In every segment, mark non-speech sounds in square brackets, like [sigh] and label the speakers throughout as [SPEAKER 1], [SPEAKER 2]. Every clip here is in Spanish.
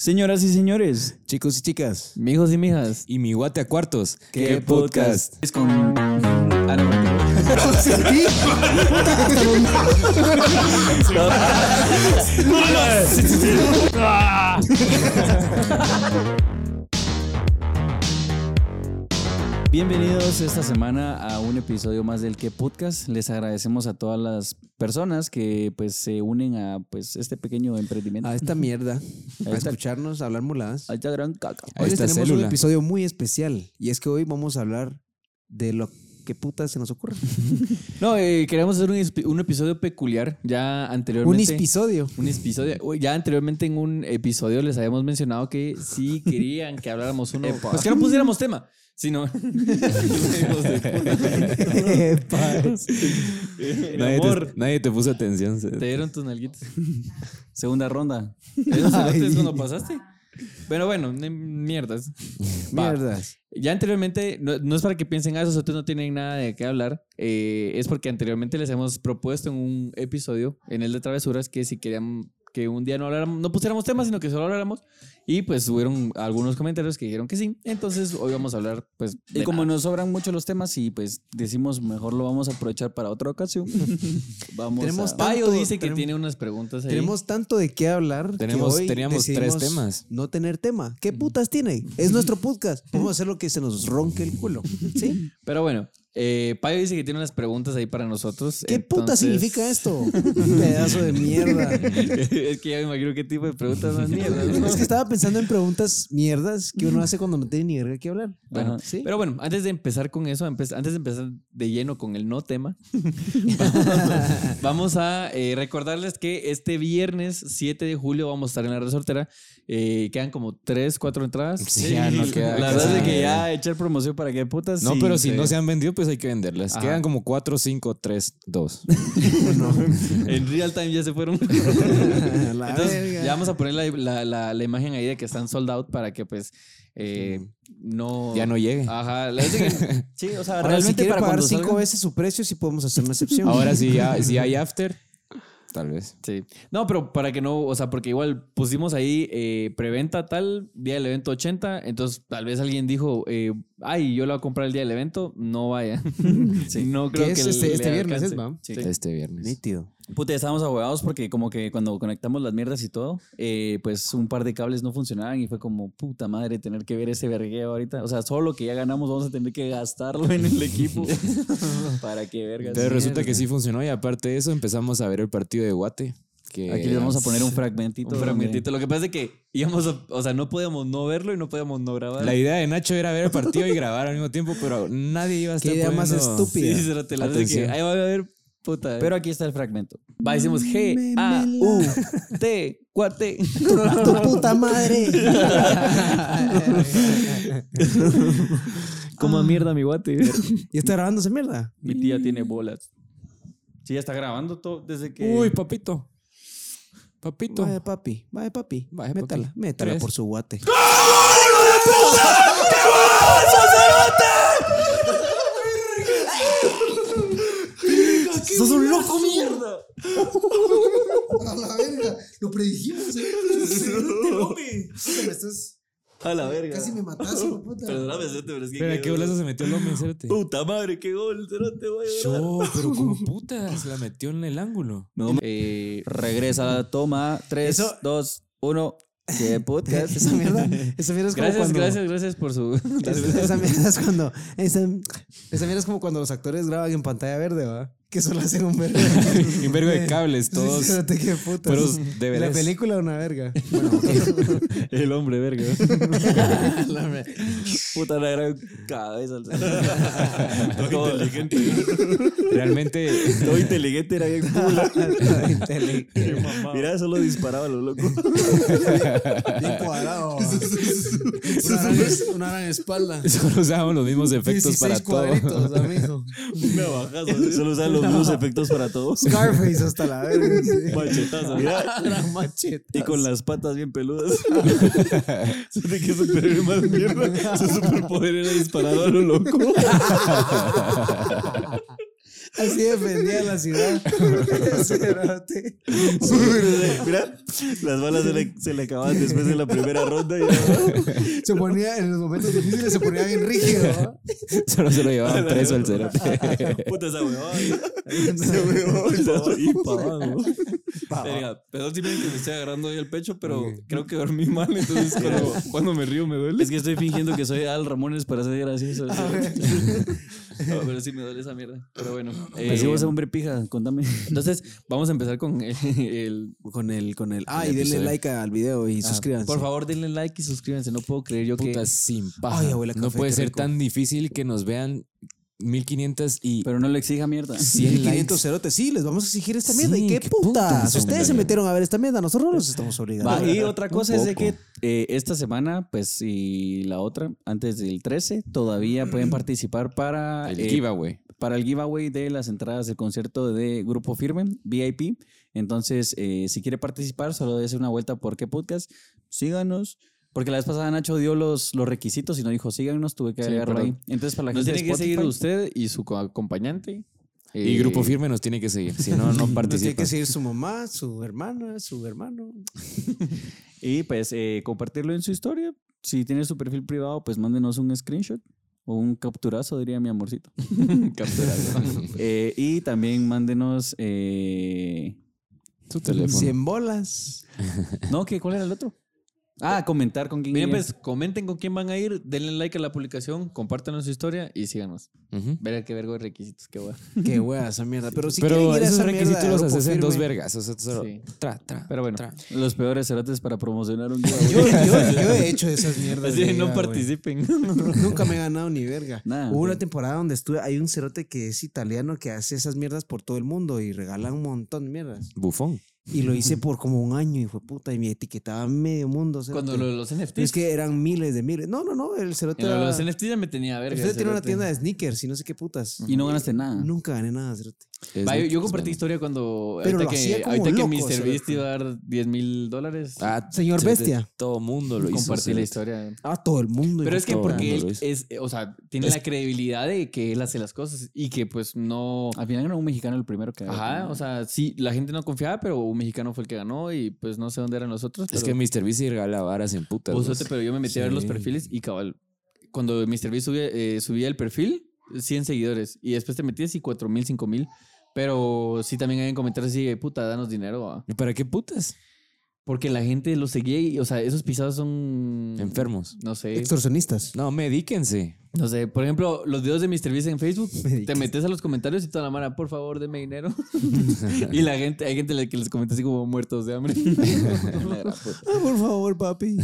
[SPEAKER 1] Señoras y señores,
[SPEAKER 2] Chicos y chicas,
[SPEAKER 3] Mijos y mijas.
[SPEAKER 2] y mi guate a cuartos.
[SPEAKER 1] ¿qué, podcast?
[SPEAKER 4] [laughs]
[SPEAKER 1] Es con... Ah, no, mentira.
[SPEAKER 3] Bienvenidos esta semana a un episodio más del Que Podcast. Les agradecemos a todas las personas que pues se unen a pues este pequeño emprendimiento.
[SPEAKER 2] A esta mierda, a
[SPEAKER 3] está.
[SPEAKER 2] escucharnos hablar muladas.
[SPEAKER 3] A esta gran caca.
[SPEAKER 2] Hoy les
[SPEAKER 1] esta
[SPEAKER 2] tenemos
[SPEAKER 1] célula.
[SPEAKER 2] un episodio muy especial y es que hoy vamos a hablar de lo que puta se nos ocurre.
[SPEAKER 3] No, eh, queríamos hacer un, espi- un episodio peculiar ya
[SPEAKER 2] un
[SPEAKER 3] anteriormente.
[SPEAKER 2] episodio.
[SPEAKER 3] Un episodio. Uy, Ya anteriormente en un episodio les habíamos mencionado que sí querían que habláramos uno. Pues que no pusiéramos tema, sino. [laughs] El
[SPEAKER 1] Nadie te-
[SPEAKER 3] amor.
[SPEAKER 1] Nadie, te, puso atención. se-
[SPEAKER 3] Te dieron tus nalguitas. Segunda ronda. ¿Te dieron celotes cuando pasaste? Pero bueno, ni- mierdas. Va.
[SPEAKER 2] Mierdas.
[SPEAKER 3] Ya anteriormente, no, no es para que piensen, ah, esos otros no tienen nada de qué hablar. eh, es porque anteriormente les hemos propuesto en un episodio, en el de Travesuras, que si querían que un día no habláramos, no pusiéramos temas, sino que solo habláramos. Y pues hubieron algunos comentarios que dijeron que sí. Entonces hoy vamos a hablar, pues.
[SPEAKER 1] Y como
[SPEAKER 3] no.
[SPEAKER 1] nos sobran mucho los temas y pues decimos mejor lo vamos a aprovechar para otra
[SPEAKER 3] [laughs]
[SPEAKER 1] ocasión. vamos
[SPEAKER 2] Tenemos
[SPEAKER 1] a...
[SPEAKER 2] pa-
[SPEAKER 3] Bayo
[SPEAKER 2] tanto-
[SPEAKER 3] dice que
[SPEAKER 2] tenem-
[SPEAKER 3] tiene unas preguntas ahí.
[SPEAKER 2] Tenemos tanto de qué hablar. que
[SPEAKER 1] Tenemos-
[SPEAKER 2] hoy
[SPEAKER 1] teníamos tres
[SPEAKER 2] decidimos
[SPEAKER 1] temas.
[SPEAKER 2] No tener tema. ¿Qué putas tiene? Es nuestro podcast. Vamos a hacer lo que se nos ronque el culo. ¿Sí?
[SPEAKER 3] Pero bueno, eh, Payo dice que tiene unas preguntas ahí para nosotros.
[SPEAKER 2] ¿Qué puta
[SPEAKER 3] entonces-
[SPEAKER 2] significa esto? Pedazo de
[SPEAKER 3] [laughs]
[SPEAKER 2] mierda.
[SPEAKER 3] es que ya me imagino qué tipo de preguntas
[SPEAKER 2] [laughs]
[SPEAKER 3] más mierdas. ¿no?
[SPEAKER 2] Es que estaba pensando en preguntas mierdas que uno hace cuando no tiene ni verga que hablar.
[SPEAKER 3] Bueno,
[SPEAKER 2] Ajá. ¿sí?
[SPEAKER 3] Pero bueno, antes de empezar con eso, empe- antes de empezar de lleno con el no
[SPEAKER 2] [laughs]
[SPEAKER 3] tema, [laughs] vamos, vamos a eh, recordarles que este viernes 7 de julio vamos a estar en la resortera. Eh, quedan como 3, 4 entradas.
[SPEAKER 1] Sí, ya no queda
[SPEAKER 3] La verdad es
[SPEAKER 1] casi
[SPEAKER 3] que
[SPEAKER 1] nada.
[SPEAKER 3] ya echar promoción para que putas.
[SPEAKER 1] No,
[SPEAKER 3] sí,
[SPEAKER 1] pero si
[SPEAKER 3] sí.
[SPEAKER 1] no se han vendido, pues hay que venderlas.
[SPEAKER 3] Ajá.
[SPEAKER 1] Quedan como 4, 5, 3, 2.
[SPEAKER 3] En real time ya se
[SPEAKER 2] [laughs]
[SPEAKER 3] fueron.
[SPEAKER 2] La
[SPEAKER 3] Entonces,
[SPEAKER 2] verga.
[SPEAKER 3] ya vamos a poner la, la- la- la imagen ahí de que están sold out para que, pues, eh, no.
[SPEAKER 1] Ya no llegue.
[SPEAKER 3] Ajá. la verdad es
[SPEAKER 2] [laughs]
[SPEAKER 3] que- sí, o sea,
[SPEAKER 2] Ahora,
[SPEAKER 3] realmente
[SPEAKER 2] si quiere
[SPEAKER 3] para
[SPEAKER 2] pagar
[SPEAKER 3] cuando
[SPEAKER 2] cinco
[SPEAKER 3] salgan-
[SPEAKER 2] veces su precio, sí podemos hacer una excepción.
[SPEAKER 1] Ahora sí, ya, si hay after, tal vez.
[SPEAKER 3] Sí. No, pero para que no, o sea, porque igual pusimos ahí eh, preventa tal, día del evento 80, entonces tal vez alguien dijo, eh, ay, yo lo voy a comprar el día del evento, no
[SPEAKER 2] [laughs]
[SPEAKER 3] vaya. [laughs] No creo
[SPEAKER 2] Que es
[SPEAKER 3] le-
[SPEAKER 2] este-
[SPEAKER 3] le
[SPEAKER 2] este viernes,
[SPEAKER 3] alcance.
[SPEAKER 2] es, ¿va?
[SPEAKER 3] Sí.
[SPEAKER 1] Este viernes.
[SPEAKER 2] nítido.
[SPEAKER 1] Puta, estábamos abogados porque como que cuando conectamos las mierdas y todo, pues un par de cables no funcionaban y fue como, puta madre, tener que ver ese vergueo ahorita. O sea, solo que ya ganamos vamos a tener que gastarlo en el equipo
[SPEAKER 3] [laughs]
[SPEAKER 1] para que vergas.
[SPEAKER 4] Pero resulta que sí funcionó y aparte de eso empezamos a ver el partido de Guate. Que
[SPEAKER 1] Aquí les vamos a poner un fragmentito.
[SPEAKER 3] Un fragmentito. Lo que pasa es que íbamos, a- o sea, no podíamos no verlo y no podíamos no [laughs] grabar.
[SPEAKER 4] La idea de Nacho era ver el partido y grabar al mismo tiempo, pero nadie iba a estar
[SPEAKER 2] Qué idea más
[SPEAKER 4] poniendo-
[SPEAKER 3] sí,
[SPEAKER 2] estúpida.
[SPEAKER 3] pero te la verdad es que
[SPEAKER 4] Atención.
[SPEAKER 3] ahí va a haber puta.
[SPEAKER 1] Pero aquí está el fragmento.
[SPEAKER 3] va, decimos G, A, U, T,
[SPEAKER 2] [laughs]
[SPEAKER 3] cuate. [laughs]
[SPEAKER 2] tu puta madre. [laughs]
[SPEAKER 3] Como mierda mi guate.
[SPEAKER 2] ¿Y está grabando esa mierda?
[SPEAKER 3] Mi tía tiene bolas. Sí, ya está grabando todo desde que.
[SPEAKER 4] Uy, papito. Papito.
[SPEAKER 2] Vaya papi, vaya papi.
[SPEAKER 4] Vaya, papi.
[SPEAKER 2] métala, métala
[SPEAKER 4] Tres.
[SPEAKER 2] por su guate.
[SPEAKER 3] ¡Sos un loco mierda!
[SPEAKER 5] Lo predijimos,
[SPEAKER 4] [laughs]
[SPEAKER 5] ¿eh? Me estás.
[SPEAKER 3] A la verga.
[SPEAKER 5] Casi me matas, hijo de puta.
[SPEAKER 3] Perdóname, Cerote, pero es que.
[SPEAKER 4] Espera, qué golazo se metió el hombre, cérate.
[SPEAKER 3] Puta madre, qué gol, Cerote, voy a llorar.
[SPEAKER 4] Yo, pero como puta, se la metió en el
[SPEAKER 2] [laughs]
[SPEAKER 4] ángulo.
[SPEAKER 1] Eh, regresa, toma, 3,
[SPEAKER 2] Eso-
[SPEAKER 1] 2, 1.
[SPEAKER 3] [laughs]
[SPEAKER 1] ¿Qué podcast?
[SPEAKER 2] Esa mierda, esa mierda es como
[SPEAKER 3] Gracias,
[SPEAKER 2] cuando-
[SPEAKER 3] gracias, gracias por su.
[SPEAKER 1] [laughs]
[SPEAKER 2] Esa, esa mierda es cuando. Esa, esa mierda es como cuando los actores graban en pantalla verde, ¿va? Que solo hacen un
[SPEAKER 4] [laughs]
[SPEAKER 2] verga.
[SPEAKER 4] Un vergo de cables, todos.
[SPEAKER 2] Sí, espérate, qué putas.
[SPEAKER 4] puros
[SPEAKER 2] La
[SPEAKER 4] deberes.
[SPEAKER 2] película una
[SPEAKER 4] [laughs]
[SPEAKER 2] verga.
[SPEAKER 3] El hombre, verga.
[SPEAKER 1] Puta la gran cabeza.
[SPEAKER 3] [laughs] Todo [laughs] inteligente.
[SPEAKER 4] Realmente, [laughs]
[SPEAKER 1] Todo inteligente era bien pula. Mira, solo disparaba lo loco.
[SPEAKER 2] Bien
[SPEAKER 4] [laughs]
[SPEAKER 2] cuadrado. Una gran, una gran espalda.
[SPEAKER 4] solo usábamos los mismos efectos
[SPEAKER 2] 16
[SPEAKER 4] para todo.
[SPEAKER 2] cuadritos, amigo.
[SPEAKER 1] [laughs] Solo usan
[SPEAKER 3] [laughs]
[SPEAKER 1] los mismos efectos para todos.
[SPEAKER 2] Scarface hasta la [laughs] verga. sí.
[SPEAKER 1] Machetazo.
[SPEAKER 4] [laughs]
[SPEAKER 1] Mira,
[SPEAKER 2] Gran machete.
[SPEAKER 1] y con las patas bien peludas.
[SPEAKER 3] [laughs] Siente que superhéroe más mierda. Su superpoder era disparado a lo loco.
[SPEAKER 2] Así defendía la [laughs] ciudad. Cerote.
[SPEAKER 1] Mira, las balas se le, se le acababan después de la primera ronda. Y
[SPEAKER 2] Se ponía, en los momentos difíciles se ponía bien rígido. ¿va?
[SPEAKER 4] [laughs] Solo se lo
[SPEAKER 3] [laughs]
[SPEAKER 4] llevaban preso al
[SPEAKER 2] [laughs]
[SPEAKER 4] cerote.
[SPEAKER 1] Puta esa huevada.
[SPEAKER 2] Se
[SPEAKER 1] Y pa' abajo.
[SPEAKER 3] Verga, perdón si miren que me estoy agarrando ahí el pecho, pero creo que dormí mal, entonces cuando, cuando me río me duele.
[SPEAKER 1] Es que estoy fingiendo que soy Al Ramones para ser
[SPEAKER 3] [laughs]
[SPEAKER 1] gracioso.
[SPEAKER 3] No, pero sí me duele esa mierda. Pero bueno. eh,
[SPEAKER 1] Así vos, hombre pija, contame.
[SPEAKER 3] entonces, vamos a empezar con el. el-
[SPEAKER 2] Con el, con el. Ah,
[SPEAKER 4] El
[SPEAKER 2] y denle
[SPEAKER 4] episodio. Ah,
[SPEAKER 2] like al video
[SPEAKER 1] Ah,
[SPEAKER 2] y suscríbanse.
[SPEAKER 3] Por favor, denle like y suscríbanse. No puedo creer yo
[SPEAKER 4] Puta,
[SPEAKER 3] que.
[SPEAKER 4] sin paja.
[SPEAKER 2] Ay, abuela,
[SPEAKER 4] no
[SPEAKER 2] café,
[SPEAKER 4] puede
[SPEAKER 2] qué
[SPEAKER 4] ser
[SPEAKER 2] rico.
[SPEAKER 4] tan difícil que nos vean 1500 y
[SPEAKER 1] Pero no lo exija mierda.
[SPEAKER 4] 100 likes.
[SPEAKER 2] 500 cerotes. Sí, les vamos a exigir esta mierda. ¿Y
[SPEAKER 4] Sí,
[SPEAKER 2] qué
[SPEAKER 4] qué
[SPEAKER 2] putas?
[SPEAKER 4] putas,
[SPEAKER 2] Ustedes
[SPEAKER 4] hombre.
[SPEAKER 2] se metieron a ver esta mierda. Nosotros los estamos obligando.
[SPEAKER 1] Va, y otra cosa es de
[SPEAKER 4] poco.
[SPEAKER 1] que eh, esta semana, pues, y la otra, antes del 13, todavía pueden participar para
[SPEAKER 4] El
[SPEAKER 1] eh,
[SPEAKER 4] giveaway.
[SPEAKER 1] para el giveaway de las entradas del concierto de Grupo Firme, VIP. Entonces, eh, si quiere participar, solo dése una vuelta por qué podcast. Síganos. Porque la vez pasada Nacho dio los, los requisitos y no dijo, síganos, tuve que
[SPEAKER 3] Sí,
[SPEAKER 1] agregarlo ahí.
[SPEAKER 3] perdón.
[SPEAKER 1] Entonces, para la
[SPEAKER 3] Nos
[SPEAKER 1] gente de
[SPEAKER 3] tiene que seguir
[SPEAKER 1] Spotify,
[SPEAKER 3] usted y su co- acompañante.
[SPEAKER 4] Y
[SPEAKER 3] eh,
[SPEAKER 4] grupo firme [laughs] nos tiene que seguir. Si no, no
[SPEAKER 2] Entonces tiene
[SPEAKER 4] participa.
[SPEAKER 2] que seguir su mamá, su hermana, su hermano.
[SPEAKER 1] Y pues, eh, compartirlo en su historia. Si tiene su perfil privado, pues mándenos un screenshot o un capturazo, diría mi amorcito.
[SPEAKER 3] capturado.
[SPEAKER 1] [laughs] Eh, y también mándenos... eh,
[SPEAKER 4] Su teléfono.
[SPEAKER 2] 100 bolas.
[SPEAKER 1] No, ¿qué? ¿cuál era el otro? Ah, comentar con quién
[SPEAKER 3] Miren,
[SPEAKER 1] iría.
[SPEAKER 3] pues comenten con quién van a ir, denle like a la publicación, compártanos su historia y síganos.
[SPEAKER 4] Ujú.
[SPEAKER 3] Verá qué vergo de requisitos, qué bueno.
[SPEAKER 2] Qué wea esa mierda. Pero si quieren
[SPEAKER 4] Pero
[SPEAKER 2] ir a
[SPEAKER 4] esos
[SPEAKER 2] esa
[SPEAKER 4] requisitos
[SPEAKER 2] mierda de
[SPEAKER 4] los
[SPEAKER 2] grupo
[SPEAKER 4] haces en dos
[SPEAKER 2] firme,
[SPEAKER 4] vergas. o sea, solo
[SPEAKER 3] Sí.
[SPEAKER 4] tra, tra,
[SPEAKER 3] Pero bueno.
[SPEAKER 4] tra.
[SPEAKER 1] Los peores cerotes para promocionar un giveaway.
[SPEAKER 2] Yo, yo-
[SPEAKER 1] [laughs]
[SPEAKER 2] yo he hecho esas mierdas.
[SPEAKER 3] Así
[SPEAKER 2] de
[SPEAKER 3] Pues no
[SPEAKER 2] vida, güey. Pues
[SPEAKER 3] participen.
[SPEAKER 2] Nunca me he ganado
[SPEAKER 1] [laughs]
[SPEAKER 2] ni verga.
[SPEAKER 1] Nada,
[SPEAKER 2] Hubo una
[SPEAKER 1] sí.
[SPEAKER 2] temporada donde estuve. Hay un cerote que es italiano que hace esas mierdas por todo el mundo y regala un montón de mierdas.
[SPEAKER 4] Bufón.
[SPEAKER 2] Y lo hice por como un año y fue puta. Y me etiquetaba medio mundo.
[SPEAKER 3] [laughs]
[SPEAKER 2] cerote.
[SPEAKER 3] Cuando lo de los NFTs.
[SPEAKER 2] Es que eran miles de miles. No, no, no. El cerote.
[SPEAKER 3] en lo de
[SPEAKER 2] era-
[SPEAKER 3] los NFTs ya me tenía verga.
[SPEAKER 2] Usted tiene una
[SPEAKER 3] cerote.
[SPEAKER 2] tienda de sneakers y no sé qué putas.
[SPEAKER 1] y no ganaste nada.
[SPEAKER 2] Nunca gané nada, cerote.
[SPEAKER 4] Es
[SPEAKER 3] Va, Pues, yo,
[SPEAKER 4] de-
[SPEAKER 3] yo
[SPEAKER 4] es
[SPEAKER 3] compartí
[SPEAKER 4] bueno.
[SPEAKER 3] historia cuando.
[SPEAKER 2] Pero
[SPEAKER 3] ahorita
[SPEAKER 2] lo
[SPEAKER 3] que,
[SPEAKER 2] hacía como
[SPEAKER 3] ahorita
[SPEAKER 2] loco,
[SPEAKER 3] que Mr. Beast
[SPEAKER 2] cerote.
[SPEAKER 3] iba a dar 10 mil dólares.
[SPEAKER 4] Ah,
[SPEAKER 2] Señor
[SPEAKER 4] cerote,
[SPEAKER 2] bestia.
[SPEAKER 4] Todo mundo lo hizo.
[SPEAKER 3] compartí la
[SPEAKER 4] cerote.
[SPEAKER 3] historia.
[SPEAKER 2] Ah, todo el mundo.
[SPEAKER 3] Pero
[SPEAKER 2] hijo
[SPEAKER 3] es que
[SPEAKER 2] de puta.
[SPEAKER 3] porque
[SPEAKER 4] lo
[SPEAKER 3] él
[SPEAKER 4] hizo.
[SPEAKER 3] es, eh, o sea, tiene la credibilidad de que él hace las cosas y que pues no.
[SPEAKER 1] Al final era un mexicano el primero que
[SPEAKER 3] Ajá, o sea, sí, la gente no confiaba, pero un mexicano fue el que ganó y pues no sé dónde eran los otros.
[SPEAKER 4] Es que
[SPEAKER 3] pero-
[SPEAKER 4] Mr. Beast y regala varas en putas.
[SPEAKER 3] Vos
[SPEAKER 4] Pues, ¿no?
[SPEAKER 3] suerte, pero yo me metí a ver los
[SPEAKER 4] Sí.
[SPEAKER 3] perfiles y cabal. Cuando Mr. Beast subía, eh, subía el perfil, 100 seguidores. Y después te metías y 4000, 5000. Pero sí también hay en comentarios así, de, puta, danos dinero. va".
[SPEAKER 4] ¿Y para qué putas?
[SPEAKER 3] Porque la gente los seguía y, o sea, esos pisados son.
[SPEAKER 4] Mm. Enfermos.
[SPEAKER 3] No sé.
[SPEAKER 2] Extorsionistas.
[SPEAKER 4] No, medíquense.
[SPEAKER 3] No sé. Por ejemplo, los videos de Mr. Beast en
[SPEAKER 2] [laughs]
[SPEAKER 3] Facebook, te
[SPEAKER 2] digas.
[SPEAKER 3] metes a los comentarios y toda la mara, por favor, deme
[SPEAKER 2] [laughs]
[SPEAKER 3] dinero. [laughs] y la gente, hay gente a la que les comenta así como muertos de
[SPEAKER 2] [laughs]
[SPEAKER 3] hambre.
[SPEAKER 2] Ah, por favor, papi.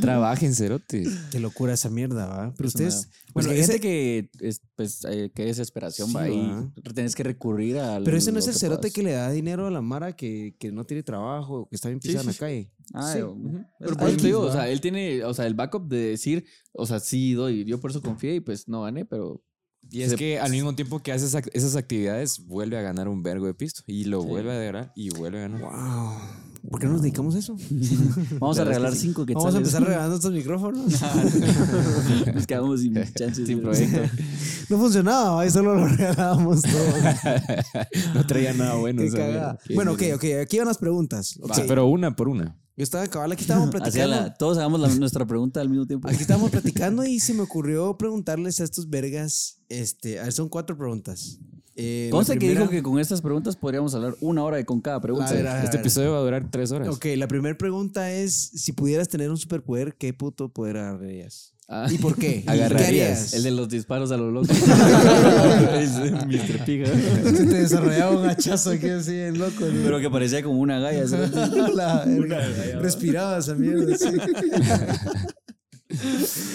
[SPEAKER 4] Trabajen, cerotes.
[SPEAKER 2] [laughs] Qué locura esa mierda, ¿va? Pero ustedes.
[SPEAKER 1] Bueno,
[SPEAKER 2] Bueno,
[SPEAKER 1] hay
[SPEAKER 2] ese-
[SPEAKER 1] gente que, es, pues, eh, que desesperación
[SPEAKER 2] Sí,
[SPEAKER 1] va ahí.
[SPEAKER 2] va.
[SPEAKER 1] Tenés que recurrir a.
[SPEAKER 2] Pero ese no es el cerote que le da dinero a la Mara que, que no tiene trabajo, que está bien pisada en la calle.
[SPEAKER 1] Ah,
[SPEAKER 2] Sí.
[SPEAKER 1] yo-
[SPEAKER 3] Pero
[SPEAKER 1] Es
[SPEAKER 3] por eso
[SPEAKER 1] X,
[SPEAKER 3] te digo, o
[SPEAKER 1] ¿va?
[SPEAKER 3] sea, él tiene, o sea, el backup de decir, o sea, sí doy, yo por eso confié y pues no gané, pero
[SPEAKER 4] [laughs] Y es
[SPEAKER 3] Se-
[SPEAKER 4] que al mismo tiempo que hace esas, esas actividades, vuelve a ganar un vergo de pisto. Y lo vuelve a ganar y vuelve a ganar.
[SPEAKER 2] Wow. ¿Por qué no nos dedicamos a eso?
[SPEAKER 1] Vamos a regalar cinco que
[SPEAKER 2] Vamos a empezar regalando estos micrófonos.
[SPEAKER 1] Nos quedamos sin chances.
[SPEAKER 3] sin
[SPEAKER 1] de-
[SPEAKER 3] proyecto.
[SPEAKER 2] No funcionaba, ahí solo lo [laughs] regalábamos todo.
[SPEAKER 4] [laughs] No traía nada bueno.
[SPEAKER 2] Qué
[SPEAKER 4] esa verga.
[SPEAKER 2] cagada.
[SPEAKER 4] Qué
[SPEAKER 2] Bueno, ok,
[SPEAKER 4] mierda.
[SPEAKER 2] ok. Aquí van las preguntas. Ok.
[SPEAKER 4] Sí, pero una por una.
[SPEAKER 2] Yo estaba cabal, aquí estábamos
[SPEAKER 1] Así a
[SPEAKER 2] platicando.
[SPEAKER 1] la- todos hagamos la- nuestra pregunta al mismo tiempo.
[SPEAKER 2] Aquí estábamos platicando y se me ocurrió preguntarles a estos vergas. Este, a ver, son cuatro preguntas. Eh, la
[SPEAKER 1] Consta que dijo
[SPEAKER 2] primera-
[SPEAKER 1] que con estas preguntas podríamos hablar una hora de- con cada pregunta.
[SPEAKER 2] A ver, a ver,
[SPEAKER 4] Este
[SPEAKER 2] a ver.
[SPEAKER 4] episodio va a durar tres horas.
[SPEAKER 2] Ah,
[SPEAKER 1] Pues.
[SPEAKER 2] Ok, la primera pregunta es: si pudieras tener un superpoder, ¿qué puto poder agarrarías?
[SPEAKER 3] Ah,
[SPEAKER 2] ¿Y por
[SPEAKER 1] [laughs]
[SPEAKER 2] qué?
[SPEAKER 4] Agarrarías.
[SPEAKER 2] ¿Qué harías?
[SPEAKER 3] el de
[SPEAKER 2] [laughs]
[SPEAKER 3] los disparos a lo loco. [laughs] Mr. Piga.
[SPEAKER 2] [laughs] Se te desarrollaba un hachazo aquí así, en loco. ¿no?
[SPEAKER 1] Pero que parecía como una galla. ese cerote. [laughs]
[SPEAKER 2] La verga. Respiraba esa mierda. sí.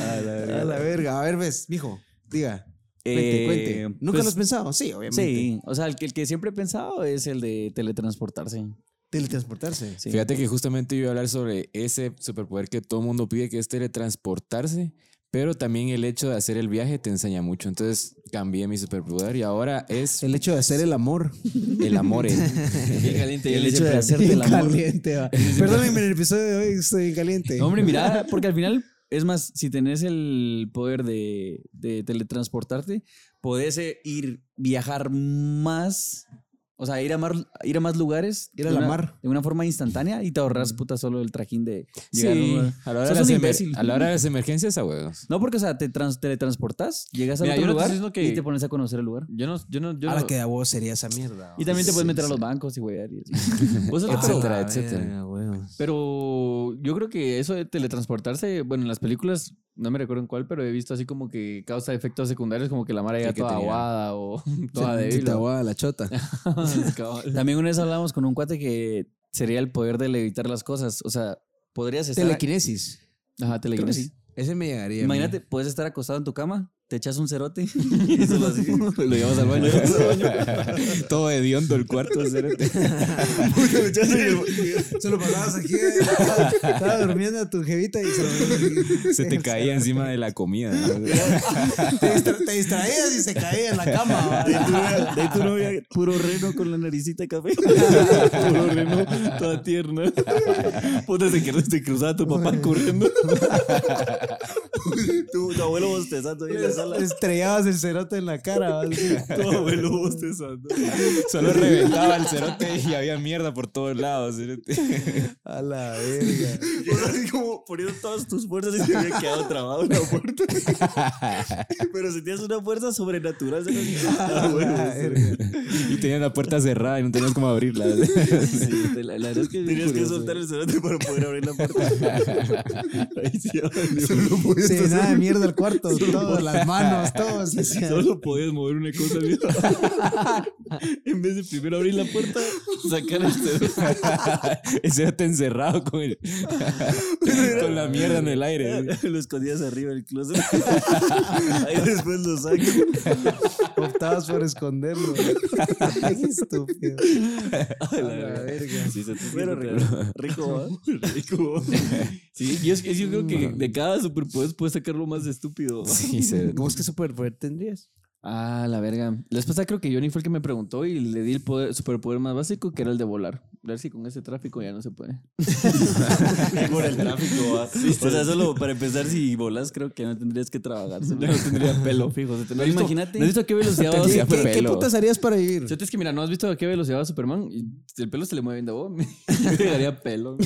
[SPEAKER 2] A la verga. A ver, ves, mijo, diga. Cuente,
[SPEAKER 1] Eh,
[SPEAKER 2] cuente. ¿Nunca
[SPEAKER 1] pues,
[SPEAKER 2] lo has pensado? Sí, obviamente.
[SPEAKER 1] Sí, o sea, el que, el que siempre he pensado es el de teletransportarse.
[SPEAKER 2] Teletransportarse.
[SPEAKER 1] Sí.
[SPEAKER 4] Fíjate que justamente yo iba a hablar sobre ese superpoder que todo mundo pide, que es teletransportarse, pero también el hecho de hacer el viaje te enseña mucho. Entonces cambié mi superpoder y ahora es
[SPEAKER 2] El hecho de hacer el amor.
[SPEAKER 4] el amor.
[SPEAKER 3] Bien caliente.
[SPEAKER 1] Y el
[SPEAKER 3] él
[SPEAKER 1] hecho de
[SPEAKER 3] siempre-
[SPEAKER 1] hacerte el amor. [laughs]
[SPEAKER 2] caliente, va. Perdónenme, en el episodio de hoy estoy bien caliente.
[SPEAKER 1] No, hombre, mira, porque al final, es más, si tenés el poder de, de teletransportarte, podés eh, ir, viajar más, o sea, ir a, mar- ir a más lugares.
[SPEAKER 2] Ir a
[SPEAKER 1] de
[SPEAKER 2] la
[SPEAKER 1] una-
[SPEAKER 2] mar.
[SPEAKER 1] De una forma instantánea y te ahorras, puta, solo el trajín de llegar a un
[SPEAKER 4] Sí,
[SPEAKER 1] lugar.
[SPEAKER 4] a la, hora de
[SPEAKER 1] Sos
[SPEAKER 4] las
[SPEAKER 1] un
[SPEAKER 4] emer-
[SPEAKER 1] imbécil.
[SPEAKER 4] a la hora de las emergencias, a huevos.
[SPEAKER 1] No, porque, o sea, te trans- teletransportas, llegas a
[SPEAKER 3] Mira,
[SPEAKER 1] otro
[SPEAKER 3] yo no te
[SPEAKER 1] lugar
[SPEAKER 3] estoy diciendo que-
[SPEAKER 1] y te pones a conocer el lugar.
[SPEAKER 3] Yo no, yo no, yo
[SPEAKER 2] A la
[SPEAKER 3] no-
[SPEAKER 2] que de a vos sería esa mierda.
[SPEAKER 1] Y también te puedes meter a los bancos y güey. y así.
[SPEAKER 3] Vos sabés, pero-
[SPEAKER 4] etcétera, etcétera.
[SPEAKER 3] Pero yo creo que eso de teletransportarse, bueno, en las películas, no me recuerdo en cuál, pero he visto así como que causa efectos secundarios, como que la mara ya
[SPEAKER 4] que
[SPEAKER 3] toda
[SPEAKER 4] tenía-
[SPEAKER 3] aguada [laughs] o toda
[SPEAKER 2] Sí,
[SPEAKER 3] débil.
[SPEAKER 2] te aguada la chota. [laughs]
[SPEAKER 3] [laughs] Cabal.
[SPEAKER 1] También una vez hablamos con un cuate que sería el poder de levitar las cosas. O sea, podrías estar.
[SPEAKER 2] Telequinesis.
[SPEAKER 3] Ajá,
[SPEAKER 2] [laughs]
[SPEAKER 1] Creo que
[SPEAKER 3] telequinesis.
[SPEAKER 1] sí.
[SPEAKER 2] Ese me
[SPEAKER 4] [laughs]
[SPEAKER 2] llegaría. a mí.
[SPEAKER 1] Imagínate, puedes estar acostado en tu cama, te echas un [laughs] cerote y solo así. Lo llevas al [laughs] baño.
[SPEAKER 4] Todo hediondo el cuarto.
[SPEAKER 5] Se lo pasabas aquí.
[SPEAKER 2] ¿eh? Estaba durmiendo a tu jevita y se lo
[SPEAKER 4] Se te caía encima de la comida. ¿no?
[SPEAKER 2] Te, distra- te distraías y se caía en la cama.
[SPEAKER 1] De
[SPEAKER 2] ¿va?
[SPEAKER 1] tu novia- de tu novia, puro reno con la naricita de [laughs] café. puro reno, toda tierna. Pues Puta, se quedó te cruzaba tu papá corriendo. [laughs] tu, tu abuelo bostezando ahí en la sala.
[SPEAKER 2] Te Estrellabas el cerote en la cara. ¿va? Así.
[SPEAKER 1] Tu abuelo bostezando.
[SPEAKER 4] Solo reventaba el cerote y había mierda por todos lados. cerote.
[SPEAKER 2] A la verga.
[SPEAKER 1] [laughs] Así como poniendo todas tus fuerzas y te había quedado trabado en la puerta. [laughs] Pero sentías una fuerza sobrenatural. ¿sabes? Ah, bueno, [laughs]
[SPEAKER 2] A la
[SPEAKER 1] pues,
[SPEAKER 2] verga.
[SPEAKER 4] [laughs] Y tenían la puerta cerrada y no tenías cómo abrirla.
[SPEAKER 1] sí, te la, la verdad es que tenías que soltar el cerote para poder abrir la puerta. Ahí sí, valió.
[SPEAKER 2] Se llenaba de mierda el cuarto. Todo, las manos, todo. así.
[SPEAKER 1] Solo
[SPEAKER 4] [laughs]
[SPEAKER 1] podías mover una cosa. mira. en vez de primero abrir la puerta, sacar el
[SPEAKER 4] [laughs]
[SPEAKER 1] cerote.
[SPEAKER 4] El cerote encerrado con, el- con la mierda en
[SPEAKER 1] [laughs]
[SPEAKER 4] el aire.
[SPEAKER 1] Lo escondías arriba del closet. Ahí después lo
[SPEAKER 3] [laughs]
[SPEAKER 1] sacas.
[SPEAKER 2] Optabas por esconderlo. Qué estúpido. A la verga.
[SPEAKER 3] Sí, se te-
[SPEAKER 1] Pero rico, rico,
[SPEAKER 3] [laughs]
[SPEAKER 1] ¿va? rico. ¿va?
[SPEAKER 3] Sí, yo, es- es- yo creo que de cada superpoder puedes sacar lo más estúpido.
[SPEAKER 4] Sí, cerote.
[SPEAKER 2] ¿Vos qué superpoder tendrías?
[SPEAKER 3] Ah, la verga. La vez pasada creo que Johnny fue el que me preguntó y le di el poder, superpoder más básico que era el de volar. A ver si con ese tráfico ya no se puede.
[SPEAKER 1] Por el tráfico, ¿va? O sea, solo para empezar, si volas, creo que no tendrías que trabajar. solo no tendría pelo fijo. se tendría-
[SPEAKER 3] ¿No has visto-
[SPEAKER 1] imagínate.
[SPEAKER 3] ¿No has visto a qué
[SPEAKER 1] [laughs]
[SPEAKER 3] velocidad va
[SPEAKER 2] ¿Qué,
[SPEAKER 4] Tendría
[SPEAKER 2] qué, qué
[SPEAKER 4] pelo.
[SPEAKER 2] putas harías para vivir?
[SPEAKER 3] Cierto Pues es que, mira, ¿no has visto a qué velocidad va Superman? Y el pelo se le mueve viendo, oh, [laughs] me daría pelo.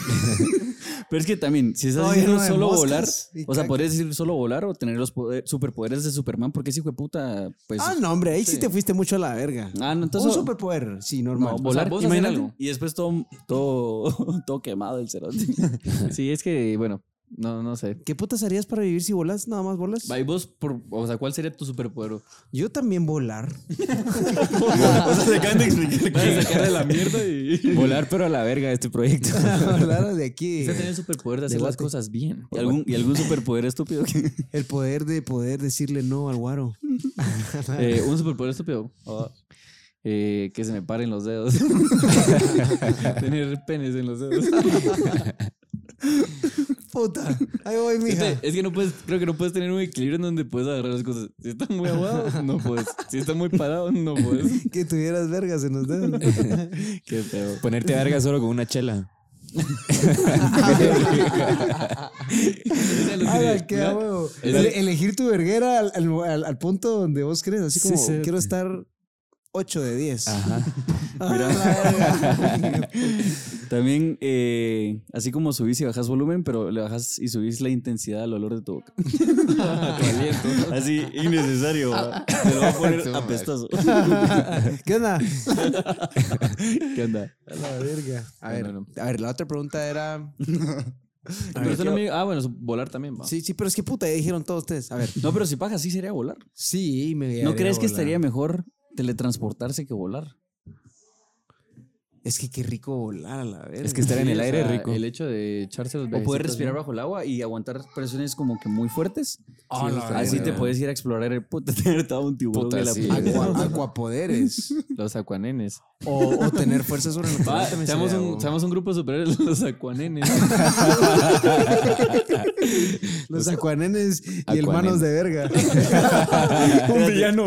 [SPEAKER 1] Pero es que también, si estás
[SPEAKER 2] No,
[SPEAKER 1] diciendo
[SPEAKER 2] lleno de
[SPEAKER 1] solo
[SPEAKER 2] moscas
[SPEAKER 1] volar,
[SPEAKER 2] y
[SPEAKER 1] o sea,
[SPEAKER 2] caca.
[SPEAKER 1] podrías decir solo volar o tener los poder- superpoderes de Superman, porque ese hijo de puta, pues.
[SPEAKER 2] Ah, no, hombre, ahí sí,
[SPEAKER 1] Sí.
[SPEAKER 2] te fuiste mucho a la verga.
[SPEAKER 1] Ah, no,
[SPEAKER 2] Un
[SPEAKER 1] entonces.
[SPEAKER 2] superpoder, sí, normal.
[SPEAKER 1] no, volar,
[SPEAKER 3] vos hacer
[SPEAKER 1] imagínate,
[SPEAKER 3] algo.
[SPEAKER 1] Y después todo, todo, [laughs] todo quemado el cerote. [laughs]
[SPEAKER 3] sí, es que, bueno, no, no sé.
[SPEAKER 2] ¿Qué putas harías para vivir si volas? Nada más volas.
[SPEAKER 3] Va, y vos, por, o sea, ¿cuál sería tu [laughs] superpoder?
[SPEAKER 2] Yo también volar. [laughs]
[SPEAKER 1] o sea, se acaban de explicar
[SPEAKER 3] Vas a sacar de la mierda [laughs] y...
[SPEAKER 4] Volar, pero a la verga de este proyecto. [laughs]
[SPEAKER 2] volar de aquí.
[SPEAKER 3] Usted tiene el superpoder de hacer las cosas bien.
[SPEAKER 1] ¿Y algún, y algún superpoder estúpido que. [laughs]
[SPEAKER 2] El poder de poder decirle no al guaro.
[SPEAKER 3] Eh, un superpoder [laughs] estúpido. Oh, Eh, que se me paren los dedos. [laughs] Tener penes en los dedos.
[SPEAKER 2] Puta. Ahí voy, mija.
[SPEAKER 3] Este, es que no puedes, creo que no puedes tener un equilibrio en donde puedes agarrar las cosas. Si estás muy aguado, no puedes. Si estás muy parado, no puedes.
[SPEAKER 2] Que tuvieras vergas en los dedos.
[SPEAKER 3] [laughs] Qué feo.
[SPEAKER 4] Ponerte verga solo con una chela.
[SPEAKER 3] Ese lo
[SPEAKER 2] Ah,
[SPEAKER 3] tiene-
[SPEAKER 2] qué
[SPEAKER 3] mira,
[SPEAKER 2] a huevo.
[SPEAKER 3] Mira.
[SPEAKER 2] Ele- elegir tu verguera al, al- al- al punto donde vos crees. Así
[SPEAKER 4] Sí,
[SPEAKER 2] como,
[SPEAKER 4] sí.
[SPEAKER 2] quiero estar 8 de Ah, 10. [laughs]
[SPEAKER 1] También, eh, así como subís y bajas volumen, pero le bajas y subís la intensidad al olor de tu boca. Así, innecesario. ¿va? Te lo voy a poner apestoso.
[SPEAKER 2] [laughs] ¿Qué onda?
[SPEAKER 3] ¿Qué onda?
[SPEAKER 2] A la verga. A ver,
[SPEAKER 3] Bueno,
[SPEAKER 2] a ver, la otra pregunta era...
[SPEAKER 3] Pero eso no me- Ah, bueno, volar también va.
[SPEAKER 2] Sí, sí, pero es que puta, ya dijeron todos ustedes. A ver.
[SPEAKER 1] No, pero si pajas, sí sería volar.
[SPEAKER 2] Sí, me
[SPEAKER 1] ¿No
[SPEAKER 2] guiaría
[SPEAKER 1] crees que
[SPEAKER 2] volar.
[SPEAKER 1] estaría mejor teletransportarse que volar?
[SPEAKER 2] Es que qué rico volar a la verga.
[SPEAKER 4] Es que estar en
[SPEAKER 3] Sí,
[SPEAKER 4] el
[SPEAKER 3] o
[SPEAKER 4] aire es
[SPEAKER 3] sea,
[SPEAKER 4] rico.
[SPEAKER 3] El hecho de echarse los
[SPEAKER 1] O poder
[SPEAKER 3] viajecitos,
[SPEAKER 1] respirar
[SPEAKER 3] ¿no?
[SPEAKER 1] bajo el agua y aguantar presiones como que muy fuertes.
[SPEAKER 2] Ah, la verga.
[SPEAKER 1] Así te puedes ir a explorar el [laughs] puta, tener todo un tiburón
[SPEAKER 4] Puta,
[SPEAKER 1] en la
[SPEAKER 4] sí.
[SPEAKER 1] piel. [laughs]
[SPEAKER 2] Aqua- aquapoderes.
[SPEAKER 3] Los acuanenes.
[SPEAKER 2] o, o tener fuerza
[SPEAKER 3] Va,
[SPEAKER 2] sobrenatural. también
[SPEAKER 3] Ah, seamos
[SPEAKER 2] sería,
[SPEAKER 3] un,
[SPEAKER 2] güey.
[SPEAKER 3] seamos un grupo superior de [laughs] los acuanenes.
[SPEAKER 2] Los acuanenes y el
[SPEAKER 4] Aquanen.
[SPEAKER 2] manos de verga. [laughs]
[SPEAKER 1] Un villano.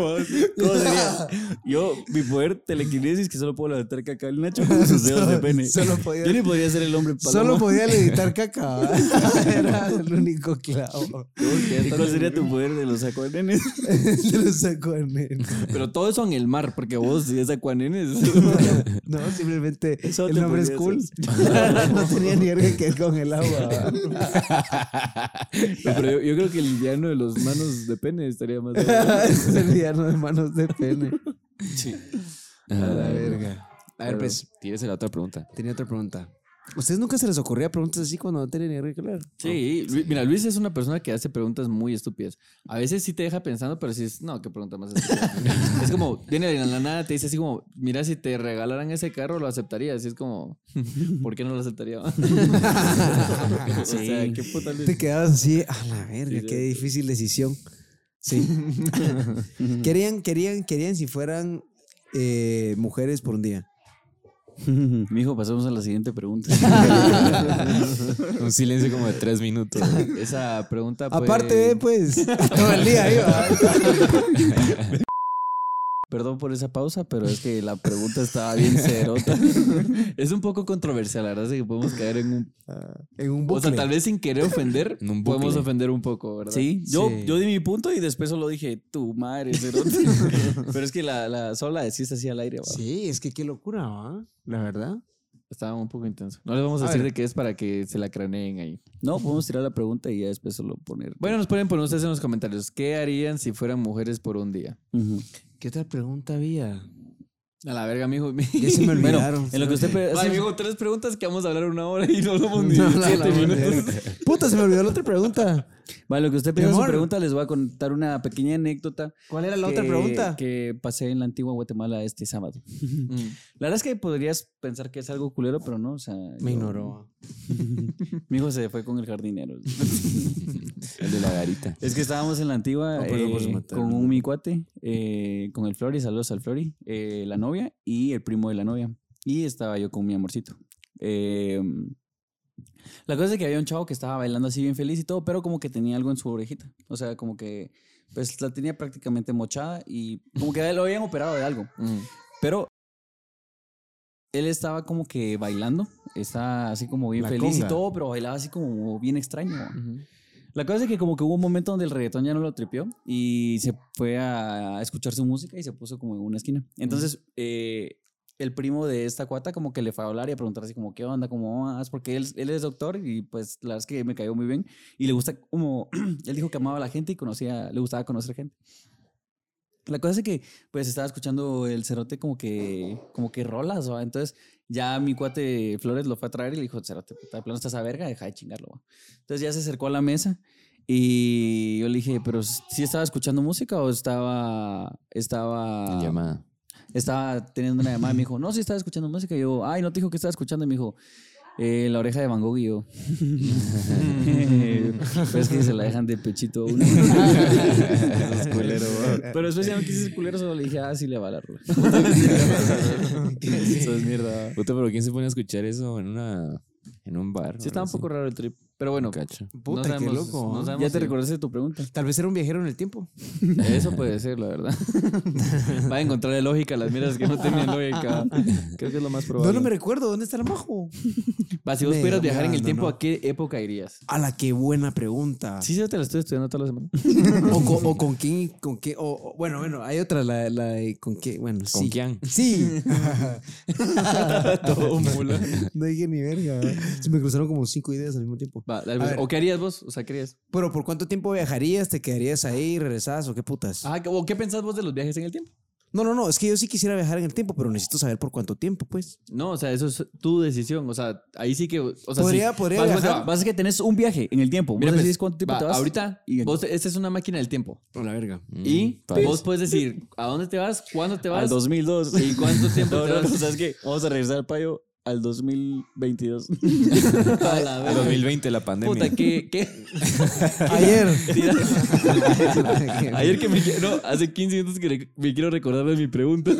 [SPEAKER 1] ¿Cómo sería? Yo, mi poder telequinesis que solo puedo levantar caca el Nacho. con sus dedos de pene.
[SPEAKER 2] Solo podía-
[SPEAKER 1] Yo ni podría ser el hombre paloma.
[SPEAKER 2] Solo podía levitar caca. ¿va? [laughs] Era el único clavo. [laughs]
[SPEAKER 1] ¿Y cuál sería tu poder de los [laughs] acuanenes?
[SPEAKER 2] Se lo sacó a Nene.
[SPEAKER 3] Pero todo eso en el mar, porque vos si es acuanenes.
[SPEAKER 2] [laughs] No, simplemente
[SPEAKER 1] Eso
[SPEAKER 2] el
[SPEAKER 1] te
[SPEAKER 2] nombre es cool.
[SPEAKER 1] podría
[SPEAKER 2] [laughs] No tenía ni verga que ver con el agua. ¿va?
[SPEAKER 3] [laughs]
[SPEAKER 2] [laughs]
[SPEAKER 3] No, pero yo, yo creo que el indiano de los manos de pene estaría [laughs] más.
[SPEAKER 2] es el diano de manos de pene.
[SPEAKER 3] Ah,
[SPEAKER 2] verga.
[SPEAKER 4] A ver, pues, tírese la otra pregunta.
[SPEAKER 2] Tenía otra pregunta. ¿Ustedes nunca se les ocurría preguntas así cuando no tenían ni verga que hablar?
[SPEAKER 3] Sí, Lu- mira, Luis es una persona que hace preguntas muy estúpidas. A veces sí te deja pensando, pero sí es, no, qué pregunta más estúpida. [laughs] es como, viene de la nada, te dice así como, mira, si te regalaran ese carro, lo aceptarías. Así es [laughs] como, ¿por qué no lo aceptaría? [laughs] o sea, qué puta Luis.
[SPEAKER 2] Te quedabas así, a la verga, qué difícil decisión.
[SPEAKER 3] [laughs]
[SPEAKER 2] Sí. querían, querían, querían si fueran eh, mujeres por un día.
[SPEAKER 1] [laughs] Mijo, pasemos a la siguiente pregunta. [laughs]
[SPEAKER 4] Un silencio como de tres minutos.
[SPEAKER 3] [laughs] Esa pregunta. pues-
[SPEAKER 2] Aparte, pues, [laughs] todo el día iba.
[SPEAKER 1] Perdón por esa pausa, pero es que la pregunta estaba bien cerota.
[SPEAKER 3] Es un poco controversial, la verdad es que podemos caer en un...
[SPEAKER 2] En un
[SPEAKER 3] O
[SPEAKER 2] bucle.
[SPEAKER 3] sea, tal vez sin querer ofender,
[SPEAKER 2] [laughs]
[SPEAKER 4] En un
[SPEAKER 3] podemos
[SPEAKER 4] bucle.
[SPEAKER 3] ofender un poco, ¿verdad?
[SPEAKER 1] [laughs] Sí, yo,
[SPEAKER 2] Sí.
[SPEAKER 1] yo di mi punto y después solo dije, tu madre, [laughs] cerote. pero es que la, la sola decís así al aire, va.
[SPEAKER 2] Sí, es que qué locura, ¿va? La verdad.
[SPEAKER 3] Estaba un poco intenso. No les vamos a,
[SPEAKER 2] A
[SPEAKER 3] decir
[SPEAKER 2] ver.
[SPEAKER 3] de qué es para que se la craneen ahí.
[SPEAKER 1] No, podemos tirar la pregunta y ya después solo poner.
[SPEAKER 3] Bueno, nos pueden poner ustedes en los comentarios. ¿Qué harían si fueran mujeres por un día?
[SPEAKER 1] Ujú.
[SPEAKER 2] ¿Qué otra pregunta había?
[SPEAKER 3] A la verga, [laughs] mijo.
[SPEAKER 2] Ya se me olvidaron.
[SPEAKER 1] En lo que [laughs] usted pre-
[SPEAKER 3] Ay,
[SPEAKER 1] hace-
[SPEAKER 3] mijo, tres preguntas que vamos a hablar una hora y no hablamos
[SPEAKER 1] [laughs]
[SPEAKER 3] ni
[SPEAKER 2] No, la- la-
[SPEAKER 3] siete
[SPEAKER 2] la-
[SPEAKER 3] minutos.
[SPEAKER 2] [laughs] Puta, se me olvidó la otra pregunta.
[SPEAKER 1] Vale, lo que usted
[SPEAKER 2] Mi
[SPEAKER 1] piensa su
[SPEAKER 2] amor.
[SPEAKER 1] pregunta, les voy a contar una pequeña anécdota.
[SPEAKER 2] ¿Cuál era la
[SPEAKER 1] que-
[SPEAKER 2] otra pregunta?
[SPEAKER 1] Que pasé en la antigua Guatemala este sábado.
[SPEAKER 3] Mm.
[SPEAKER 1] [laughs] La verdad es que podrías pensar que es algo culero, pero no, o sea.
[SPEAKER 2] Me
[SPEAKER 1] yo-
[SPEAKER 2] ignoró.
[SPEAKER 1] Mi hijo se fue con el jardinero. [laughs]
[SPEAKER 4] El de la garita.
[SPEAKER 1] es que estábamos en la antigua
[SPEAKER 2] No, perdón por
[SPEAKER 1] eh,
[SPEAKER 2] matarlo.
[SPEAKER 1] con un mi cuate, eh, con el Flori, saludos al Flori, eh, la novia y el primo de la novia. Y estaba yo con mi amorcito. Eh, la cosa es que había un chavo que estaba bailando así bien feliz y todo, pero como que tenía algo en su orejita. O sea, como que pues la tenía prácticamente mochada y como que lo habían operado de algo.
[SPEAKER 2] Mm.
[SPEAKER 1] Pero él estaba como que bailando, estaba así como bien
[SPEAKER 4] La
[SPEAKER 1] feliz
[SPEAKER 4] conga.
[SPEAKER 1] y todo, pero bailaba así como bien extraño. La cosa es que como que hubo un momento donde el reggaetón ya no lo tripió y se fue a escuchar su música y se puso como en una esquina. Entonces, eh, el primo de esta cuata como que le fue a hablar y a preguntar así como, ¿qué onda? ¿Cómo vas? Porque él, él es doctor y pues la verdad es que me cayó muy bien y le gusta como, [clears throat] él dijo que amaba a la gente y conocía, le gustaba conocer gente. La cosa es que pues estaba escuchando el cerote como que, como que rolas, ¿va? Entonces ya mi cuate Flores lo fue a traer y le dijo, cerote, puta, de plano estás a verga, deja de chingarlo, ¿va? Entonces ya se acercó a la mesa y yo le dije, pero ¿sí estaba escuchando música o estaba, estaba,
[SPEAKER 4] Llamada.
[SPEAKER 1] estaba teniendo una llamada y me
[SPEAKER 3] [laughs]
[SPEAKER 1] dijo, no, sí estaba escuchando música. Y yo, ay, no te dijo que estaba escuchando. Y me dijo, "Eh, la oreja de Van Gogh. Y
[SPEAKER 3] [laughs]
[SPEAKER 1] yo, pero es que se la dejan de pechito a
[SPEAKER 3] [laughs]
[SPEAKER 1] uno.
[SPEAKER 4] Es culero,
[SPEAKER 1] Pero después ya no quise ser culero, solo le dije, ah, sí le va a la rola".
[SPEAKER 4] Eso es mierda. Puta, pero ¿quién se pone a escuchar eso en una en un bar?
[SPEAKER 3] Sí, estaba un poco raro el trip. Pero bueno,
[SPEAKER 4] Cacho.
[SPEAKER 2] Puta, qué loco, ¿eh?
[SPEAKER 1] Ya te recordaste de tu pregunta.
[SPEAKER 2] Tal vez era un viajero en el tiempo.
[SPEAKER 3] recordé. [laughs] Eso puede ser, la verdad. [laughs] Va a encontrarle lógica a las miras que no tenían
[SPEAKER 2] [laughs]
[SPEAKER 3] lógica. Creo que es lo más
[SPEAKER 2] No,
[SPEAKER 3] probable.
[SPEAKER 2] no me recuerdo. ¿Dónde está el majo?
[SPEAKER 3] Va, si vos
[SPEAKER 2] Me-
[SPEAKER 3] pudieras viajar en el
[SPEAKER 2] no,
[SPEAKER 3] tiempo,
[SPEAKER 2] no.
[SPEAKER 3] ¿a qué época irías?
[SPEAKER 2] A la qué buena pregunta.
[SPEAKER 3] Sí, sí, te la estoy estudiando toda la semana. [laughs]
[SPEAKER 2] O, con, o con quién, con qué, o, o- bueno, bueno, hay otra, la, la de con qué, bueno,
[SPEAKER 4] ¿Con
[SPEAKER 2] sí.
[SPEAKER 4] quién?
[SPEAKER 2] Sí. [laughs]
[SPEAKER 3] Ah,
[SPEAKER 2] no dije ni verga. ¿verdad? Se me cruzaron como cinco ideas al mismo tiempo.
[SPEAKER 3] Va, tal vez-
[SPEAKER 2] ver.
[SPEAKER 3] ¿O qué harías vos? O sea, ¿qué harías?
[SPEAKER 2] Pero ¿por cuánto tiempo viajarías? ¿Te quedarías ahí? ¿Regresabas o qué putas?
[SPEAKER 3] Ajá, ¿O Ah, qué pensás vos de los viajes en el tiempo?
[SPEAKER 2] No, no, no, es que yo sí quisiera viajar en el tiempo, pero necesito saber por cuánto tiempo,
[SPEAKER 3] [laughs]
[SPEAKER 2] pues.
[SPEAKER 3] No, o sea, eso es tu decisión. O sea, ahí sí que. O sea, sí.
[SPEAKER 2] podría, podría
[SPEAKER 3] Vas- vas-
[SPEAKER 2] viajar.
[SPEAKER 1] Vas a que tenés un viaje en el tiempo.
[SPEAKER 3] Mira,
[SPEAKER 1] Vos
[SPEAKER 3] pues,
[SPEAKER 1] decís cuánto tiempo
[SPEAKER 3] va,
[SPEAKER 1] te vas.
[SPEAKER 3] Ahorita, vos, esta es una máquina del tiempo.
[SPEAKER 2] A la verga.
[SPEAKER 3] y pues,
[SPEAKER 4] parece.
[SPEAKER 3] vos puedes decir a dónde te vas, cuándo te vas.
[SPEAKER 1] Al 2002.
[SPEAKER 3] ¿Y cuánto
[SPEAKER 1] [laughs]
[SPEAKER 3] tiempo
[SPEAKER 1] No,
[SPEAKER 3] te
[SPEAKER 1] no, no,
[SPEAKER 3] vas?
[SPEAKER 1] ¿sabes qué? Vamos a regresar al payo al 2022.
[SPEAKER 3] [laughs] A la verga.
[SPEAKER 4] 2020, la pandemia.
[SPEAKER 3] Puta, ¿qué? [laughs] qué?
[SPEAKER 2] Ayer.
[SPEAKER 3] [laughs]
[SPEAKER 2] [laughs]
[SPEAKER 3] Ayer que me. No, hace 15 minutos que re- me quiero recordar de mi [laughs] pregunta.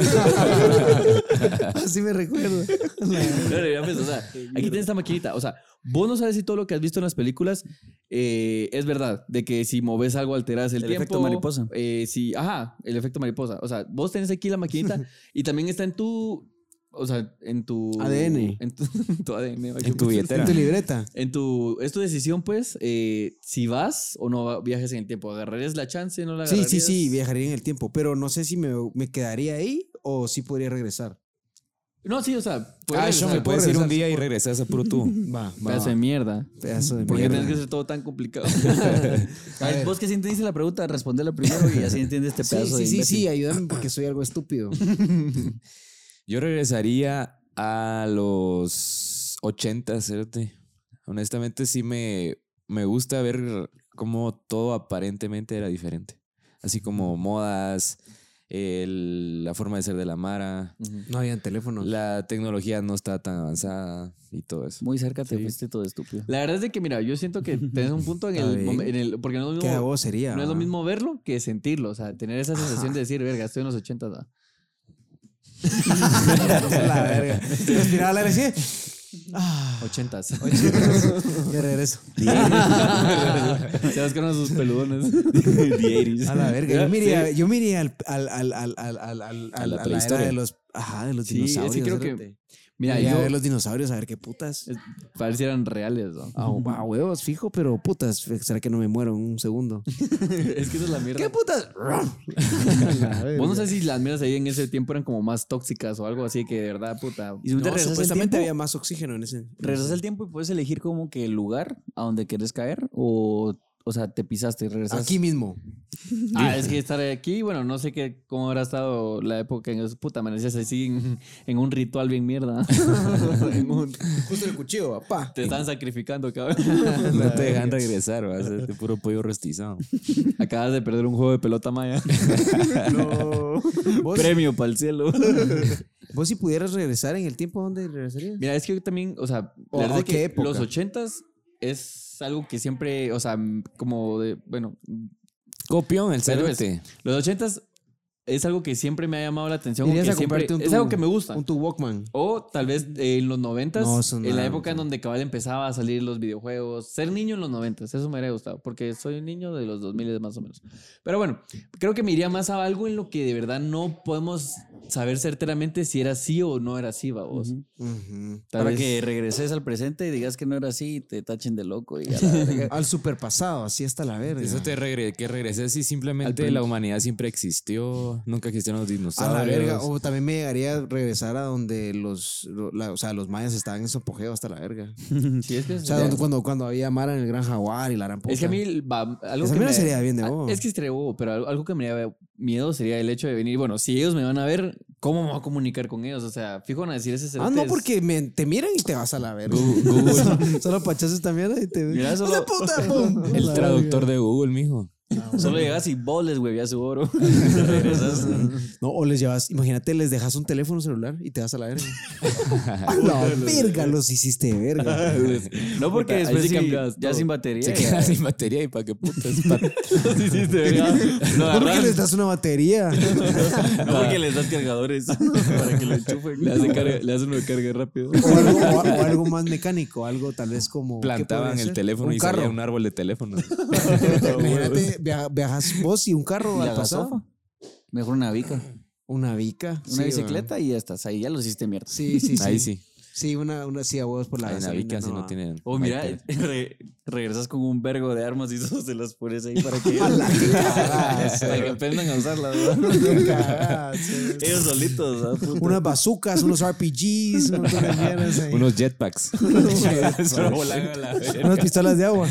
[SPEAKER 2] [laughs] Así me recuerdo.
[SPEAKER 3] No, no, ya, pues, o sea, aquí tienes esta maquinita. O sea, vos no sabes si todo lo que has visto en las películas eh, es verdad. De que si moves algo alteras el,
[SPEAKER 1] El
[SPEAKER 3] tiempo.
[SPEAKER 1] efecto mariposa.
[SPEAKER 3] eh, si, ajá, el efecto mariposa. O sea, vos tenés aquí la maquinita y también está en tu o sea, en tu
[SPEAKER 2] ADN.
[SPEAKER 3] En tu, [laughs] en tu ADN.
[SPEAKER 4] En tu billetera.
[SPEAKER 2] En tu libreta.
[SPEAKER 3] En tu, es tu decisión, pues, eh, si vas o no va- viajes en el tiempo. ¿Agarrarías la chance? ¿No la
[SPEAKER 2] Sí, sí,
[SPEAKER 3] agarrarías?
[SPEAKER 2] sí, viajaría en el tiempo, pero no sé si me, me quedaría ahí o si podría regresar.
[SPEAKER 3] No, sí, o sea, puedes
[SPEAKER 4] Ah, yo
[SPEAKER 3] regresar.
[SPEAKER 4] me puedes ir
[SPEAKER 2] regresar,
[SPEAKER 4] un día y regresar a puro tú.
[SPEAKER 2] Va,
[SPEAKER 3] Pedazo de mierda.
[SPEAKER 2] Pedazo de
[SPEAKER 3] Porque
[SPEAKER 2] mierda.
[SPEAKER 3] tenés que hacer todo
[SPEAKER 1] [laughs]
[SPEAKER 3] tan complicado.
[SPEAKER 1] A ver, vos que sí entendiste la pregunta, respondela primero y así entiendes este
[SPEAKER 2] Sí,
[SPEAKER 1] pedazo
[SPEAKER 2] sí,
[SPEAKER 1] de
[SPEAKER 2] sí,
[SPEAKER 1] imbécil.
[SPEAKER 2] sí, ayúdame porque soy algo
[SPEAKER 3] [laughs]
[SPEAKER 2] estúpido.
[SPEAKER 4] Yo regresaría a los 80, cerote. Honestamente, sí me, me gusta ver cómo todo aparentemente era diferente. Así como modas, el- la forma de ser de la Mara,
[SPEAKER 2] No habían teléfonos.
[SPEAKER 4] la tecnología no está tan avanzada y todo
[SPEAKER 3] [laughs]
[SPEAKER 4] eso.
[SPEAKER 1] Muy cerca te fuiste todo [laughs] estúpido.
[SPEAKER 3] La verdad es de que, mira, yo siento que tenés un punto en
[SPEAKER 2] Está
[SPEAKER 3] el,
[SPEAKER 2] bien.
[SPEAKER 3] momen- en el- Porque no es lo
[SPEAKER 2] ¿Qué a
[SPEAKER 3] mismo,
[SPEAKER 2] vos sería? Ah.
[SPEAKER 3] no es lo
[SPEAKER 2] va?
[SPEAKER 3] mismo verlo que sentirlo. O sea, tener esa sensación de decir, verga, estoy en los 80. da".
[SPEAKER 2] [laughs]
[SPEAKER 1] Ah.
[SPEAKER 2] la verga. Respiraba la aire
[SPEAKER 3] [laughs]
[SPEAKER 2] así. Ah,
[SPEAKER 1] [laughs]
[SPEAKER 3] 80s. [laughs]
[SPEAKER 2] de regreso.
[SPEAKER 3] Se vas con sus
[SPEAKER 1] [laughs]
[SPEAKER 3] peludones.
[SPEAKER 2] A la verga. Yo miraría, yo me iría al, al, al, al, al, al, al-
[SPEAKER 4] A la
[SPEAKER 2] a la era
[SPEAKER 4] prehistoria.
[SPEAKER 2] de los, ajá, de los
[SPEAKER 3] Sí, es que
[SPEAKER 2] dinosaurios.
[SPEAKER 3] creo que-
[SPEAKER 2] espérate.
[SPEAKER 3] Mira,
[SPEAKER 2] Iría a
[SPEAKER 3] yo.
[SPEAKER 2] ver los dinosaurios a ver qué putas.
[SPEAKER 3] es- Parecieran reales, ¿no?
[SPEAKER 2] A, Ah, a huevos, fijo, pero putas, será que no me muero en un segundo.
[SPEAKER 3] es que esa es la
[SPEAKER 1] [laughs]
[SPEAKER 3] mierda.
[SPEAKER 2] [laughs] ¿Qué putas?
[SPEAKER 3] Vos no sé si las mierdas ahí en ese tiempo eran como más tóxicas o algo así que de verdad, puta.
[SPEAKER 1] Y si no te
[SPEAKER 2] No,
[SPEAKER 1] regresas el
[SPEAKER 2] supuestamente
[SPEAKER 1] tiempo-
[SPEAKER 2] había más oxígeno en ese.
[SPEAKER 1] Regresas el tiempo y puedes elegir como que el lugar a donde quieres caer o, o sea, te pisaste y regresas.
[SPEAKER 2] Aquí mismo. [laughs]
[SPEAKER 3] Ah, es que estar aquí, bueno, no sé qué, cómo habrá estado la época en eso. Puta, amanecías así en, en un ritual bien
[SPEAKER 2] [laughs]
[SPEAKER 3] mierda. En un-
[SPEAKER 2] Justo el cuchillo, papá.
[SPEAKER 3] te están sacrificando, cabrón.
[SPEAKER 4] No te dejan regresar, va a ser de puro pollo
[SPEAKER 3] [laughs]
[SPEAKER 4] rostizado.
[SPEAKER 3] Acabas de perder un juego de pelota maya.
[SPEAKER 2] [laughs]
[SPEAKER 3] [laughs]
[SPEAKER 2] No. ¿Vos,
[SPEAKER 3] Premio para el cielo. [laughs]
[SPEAKER 2] vos si pudieras regresar en el tiempo, ¿dónde regresarías?
[SPEAKER 3] Mira, es que yo también, o sea,
[SPEAKER 2] ¿O
[SPEAKER 3] la verdad
[SPEAKER 2] a
[SPEAKER 3] es que
[SPEAKER 2] qué época?
[SPEAKER 3] los ochentas es algo que siempre, o sea, m- como de, bueno,
[SPEAKER 4] Copión, el
[SPEAKER 3] Pero es-
[SPEAKER 4] cerote.
[SPEAKER 3] los ochentas es algo que siempre me ha llamado la atención.
[SPEAKER 2] Irías
[SPEAKER 3] que
[SPEAKER 2] a
[SPEAKER 3] siempre-
[SPEAKER 2] comprarte un
[SPEAKER 3] es algo
[SPEAKER 2] tu-
[SPEAKER 3] que me gusta.
[SPEAKER 2] Un tu Walkman.
[SPEAKER 3] O tal vez eh, en los noventas,
[SPEAKER 2] No, eso
[SPEAKER 3] en
[SPEAKER 2] nada,
[SPEAKER 3] la época en
[SPEAKER 2] no.
[SPEAKER 3] donde cabal empezaba a salir los videojuegos. Ser niño en los noventas, eso me hubiera gustado, porque soy un niño de los 2000 más o menos. Pero bueno, creo que me iría más a algo en lo que de verdad no podemos saber certeramente si era así o no era así, babos.
[SPEAKER 1] Ujú.
[SPEAKER 2] Ujú.
[SPEAKER 3] Tal
[SPEAKER 1] Para
[SPEAKER 3] vez-
[SPEAKER 1] que regreses al presente y digas que no era así y te tachen de loco y a la verga.
[SPEAKER 2] Al superpasado, así hasta la verga.
[SPEAKER 4] Eso te regre que regreses y simplemente
[SPEAKER 3] Al
[SPEAKER 4] la humanidad siempre existió, nunca existieron los
[SPEAKER 2] pues, a
[SPEAKER 4] dinosaurios.
[SPEAKER 2] la verga. O también me llegaría a regresar a donde los, lo- la- o sea, los mayas estaban en su apogeo hasta la verga.
[SPEAKER 3] [laughs]
[SPEAKER 1] [laughs]
[SPEAKER 3] Sí, es que
[SPEAKER 2] O sea, donde- cuando, cuando había Mara en el Gran Jaguar y la gran puta.
[SPEAKER 3] Es que a mí va- algo
[SPEAKER 2] Esa
[SPEAKER 3] que
[SPEAKER 2] mierda sería bien de
[SPEAKER 3] Ah,
[SPEAKER 2] bobo.
[SPEAKER 3] Es que estaría bobo, pero algo, algo que me daría miedo sería el hecho de venir. Bueno, si ellos me van a ver, ¿cómo me voy a comunicar con ellos? O sea, fijo van a decir ese
[SPEAKER 2] Ah,
[SPEAKER 3] cerote
[SPEAKER 2] no,
[SPEAKER 3] es-
[SPEAKER 2] porque me- te miran y te vas a la verga. [laughs] solo, solo pachas esta mierda y te...
[SPEAKER 1] Mira,
[SPEAKER 2] ¡Hijo de
[SPEAKER 1] solo-
[SPEAKER 2] puta! ¡Pum!
[SPEAKER 4] [laughs]
[SPEAKER 2] A
[SPEAKER 4] El
[SPEAKER 2] la
[SPEAKER 4] traductor
[SPEAKER 2] verga.
[SPEAKER 4] de Google, mijo.
[SPEAKER 1] Solo llegas y vos les huevías su oro. regresas.
[SPEAKER 2] No, o les llevas... Imagínate, les dejas un teléfono celular y te vas a la verga. ¡A la verga! Los hiciste de verga.
[SPEAKER 1] No, porque
[SPEAKER 3] Puta, ahí
[SPEAKER 1] después
[SPEAKER 3] sí
[SPEAKER 1] sí
[SPEAKER 3] cambiabas
[SPEAKER 1] ya
[SPEAKER 3] todo.
[SPEAKER 1] sin batería.
[SPEAKER 4] Se
[SPEAKER 3] eh. [laughs]
[SPEAKER 1] ya-
[SPEAKER 4] queda sin batería y para qué putas. Pa-
[SPEAKER 3] Sí, sí, te vería. Lo
[SPEAKER 2] No, porque
[SPEAKER 3] agarras, [laughs]
[SPEAKER 2] les das una batería.
[SPEAKER 1] No porque les das cargadores para que lo enchufen.
[SPEAKER 3] le, hace carga- le hace uno de carga rápido.
[SPEAKER 2] O algo, o- o algo más mecánico, algo tal vez como... ¿qué
[SPEAKER 4] plantaban
[SPEAKER 2] podría
[SPEAKER 4] el
[SPEAKER 2] ser?
[SPEAKER 4] teléfono
[SPEAKER 2] Un
[SPEAKER 4] y
[SPEAKER 2] carro.
[SPEAKER 4] salía un árbol de teléfono.
[SPEAKER 2] [laughs] Imagínate, via- viajas vos y un carro
[SPEAKER 1] Y
[SPEAKER 2] al
[SPEAKER 1] la
[SPEAKER 2] pasado.
[SPEAKER 1] gasofa. Mejor una bica,
[SPEAKER 2] Una bica.
[SPEAKER 1] una bicicleta y ya estás. Ahí ya los hiciste mierda.
[SPEAKER 2] Sí, sí, sí.
[SPEAKER 4] Ahí sí.
[SPEAKER 2] Sí, una, una sí a huevos por la
[SPEAKER 4] Ahí
[SPEAKER 2] gasolina,
[SPEAKER 4] Navica sí no
[SPEAKER 2] ah. [laughs]
[SPEAKER 4] tienen.
[SPEAKER 1] O Oh, mira, eh, re- regresas con un vergo de armas y [laughs] solo se las pones ahí para [laughs] que,
[SPEAKER 2] A la cagada,
[SPEAKER 1] para que aprendan a usarlas. ¿verdad?
[SPEAKER 2] qué cagada, sí.
[SPEAKER 1] Ellos solitos. ¿ah? [laughs] ¿verdad? Puta.
[SPEAKER 2] Unas bazucas, unos
[SPEAKER 1] [laughs]
[SPEAKER 2] RPGs, un montón de mierdas ahí.
[SPEAKER 4] Unos jetpacks. [laughs] Solo volan a la verga.
[SPEAKER 2] Unas pistolas de agua.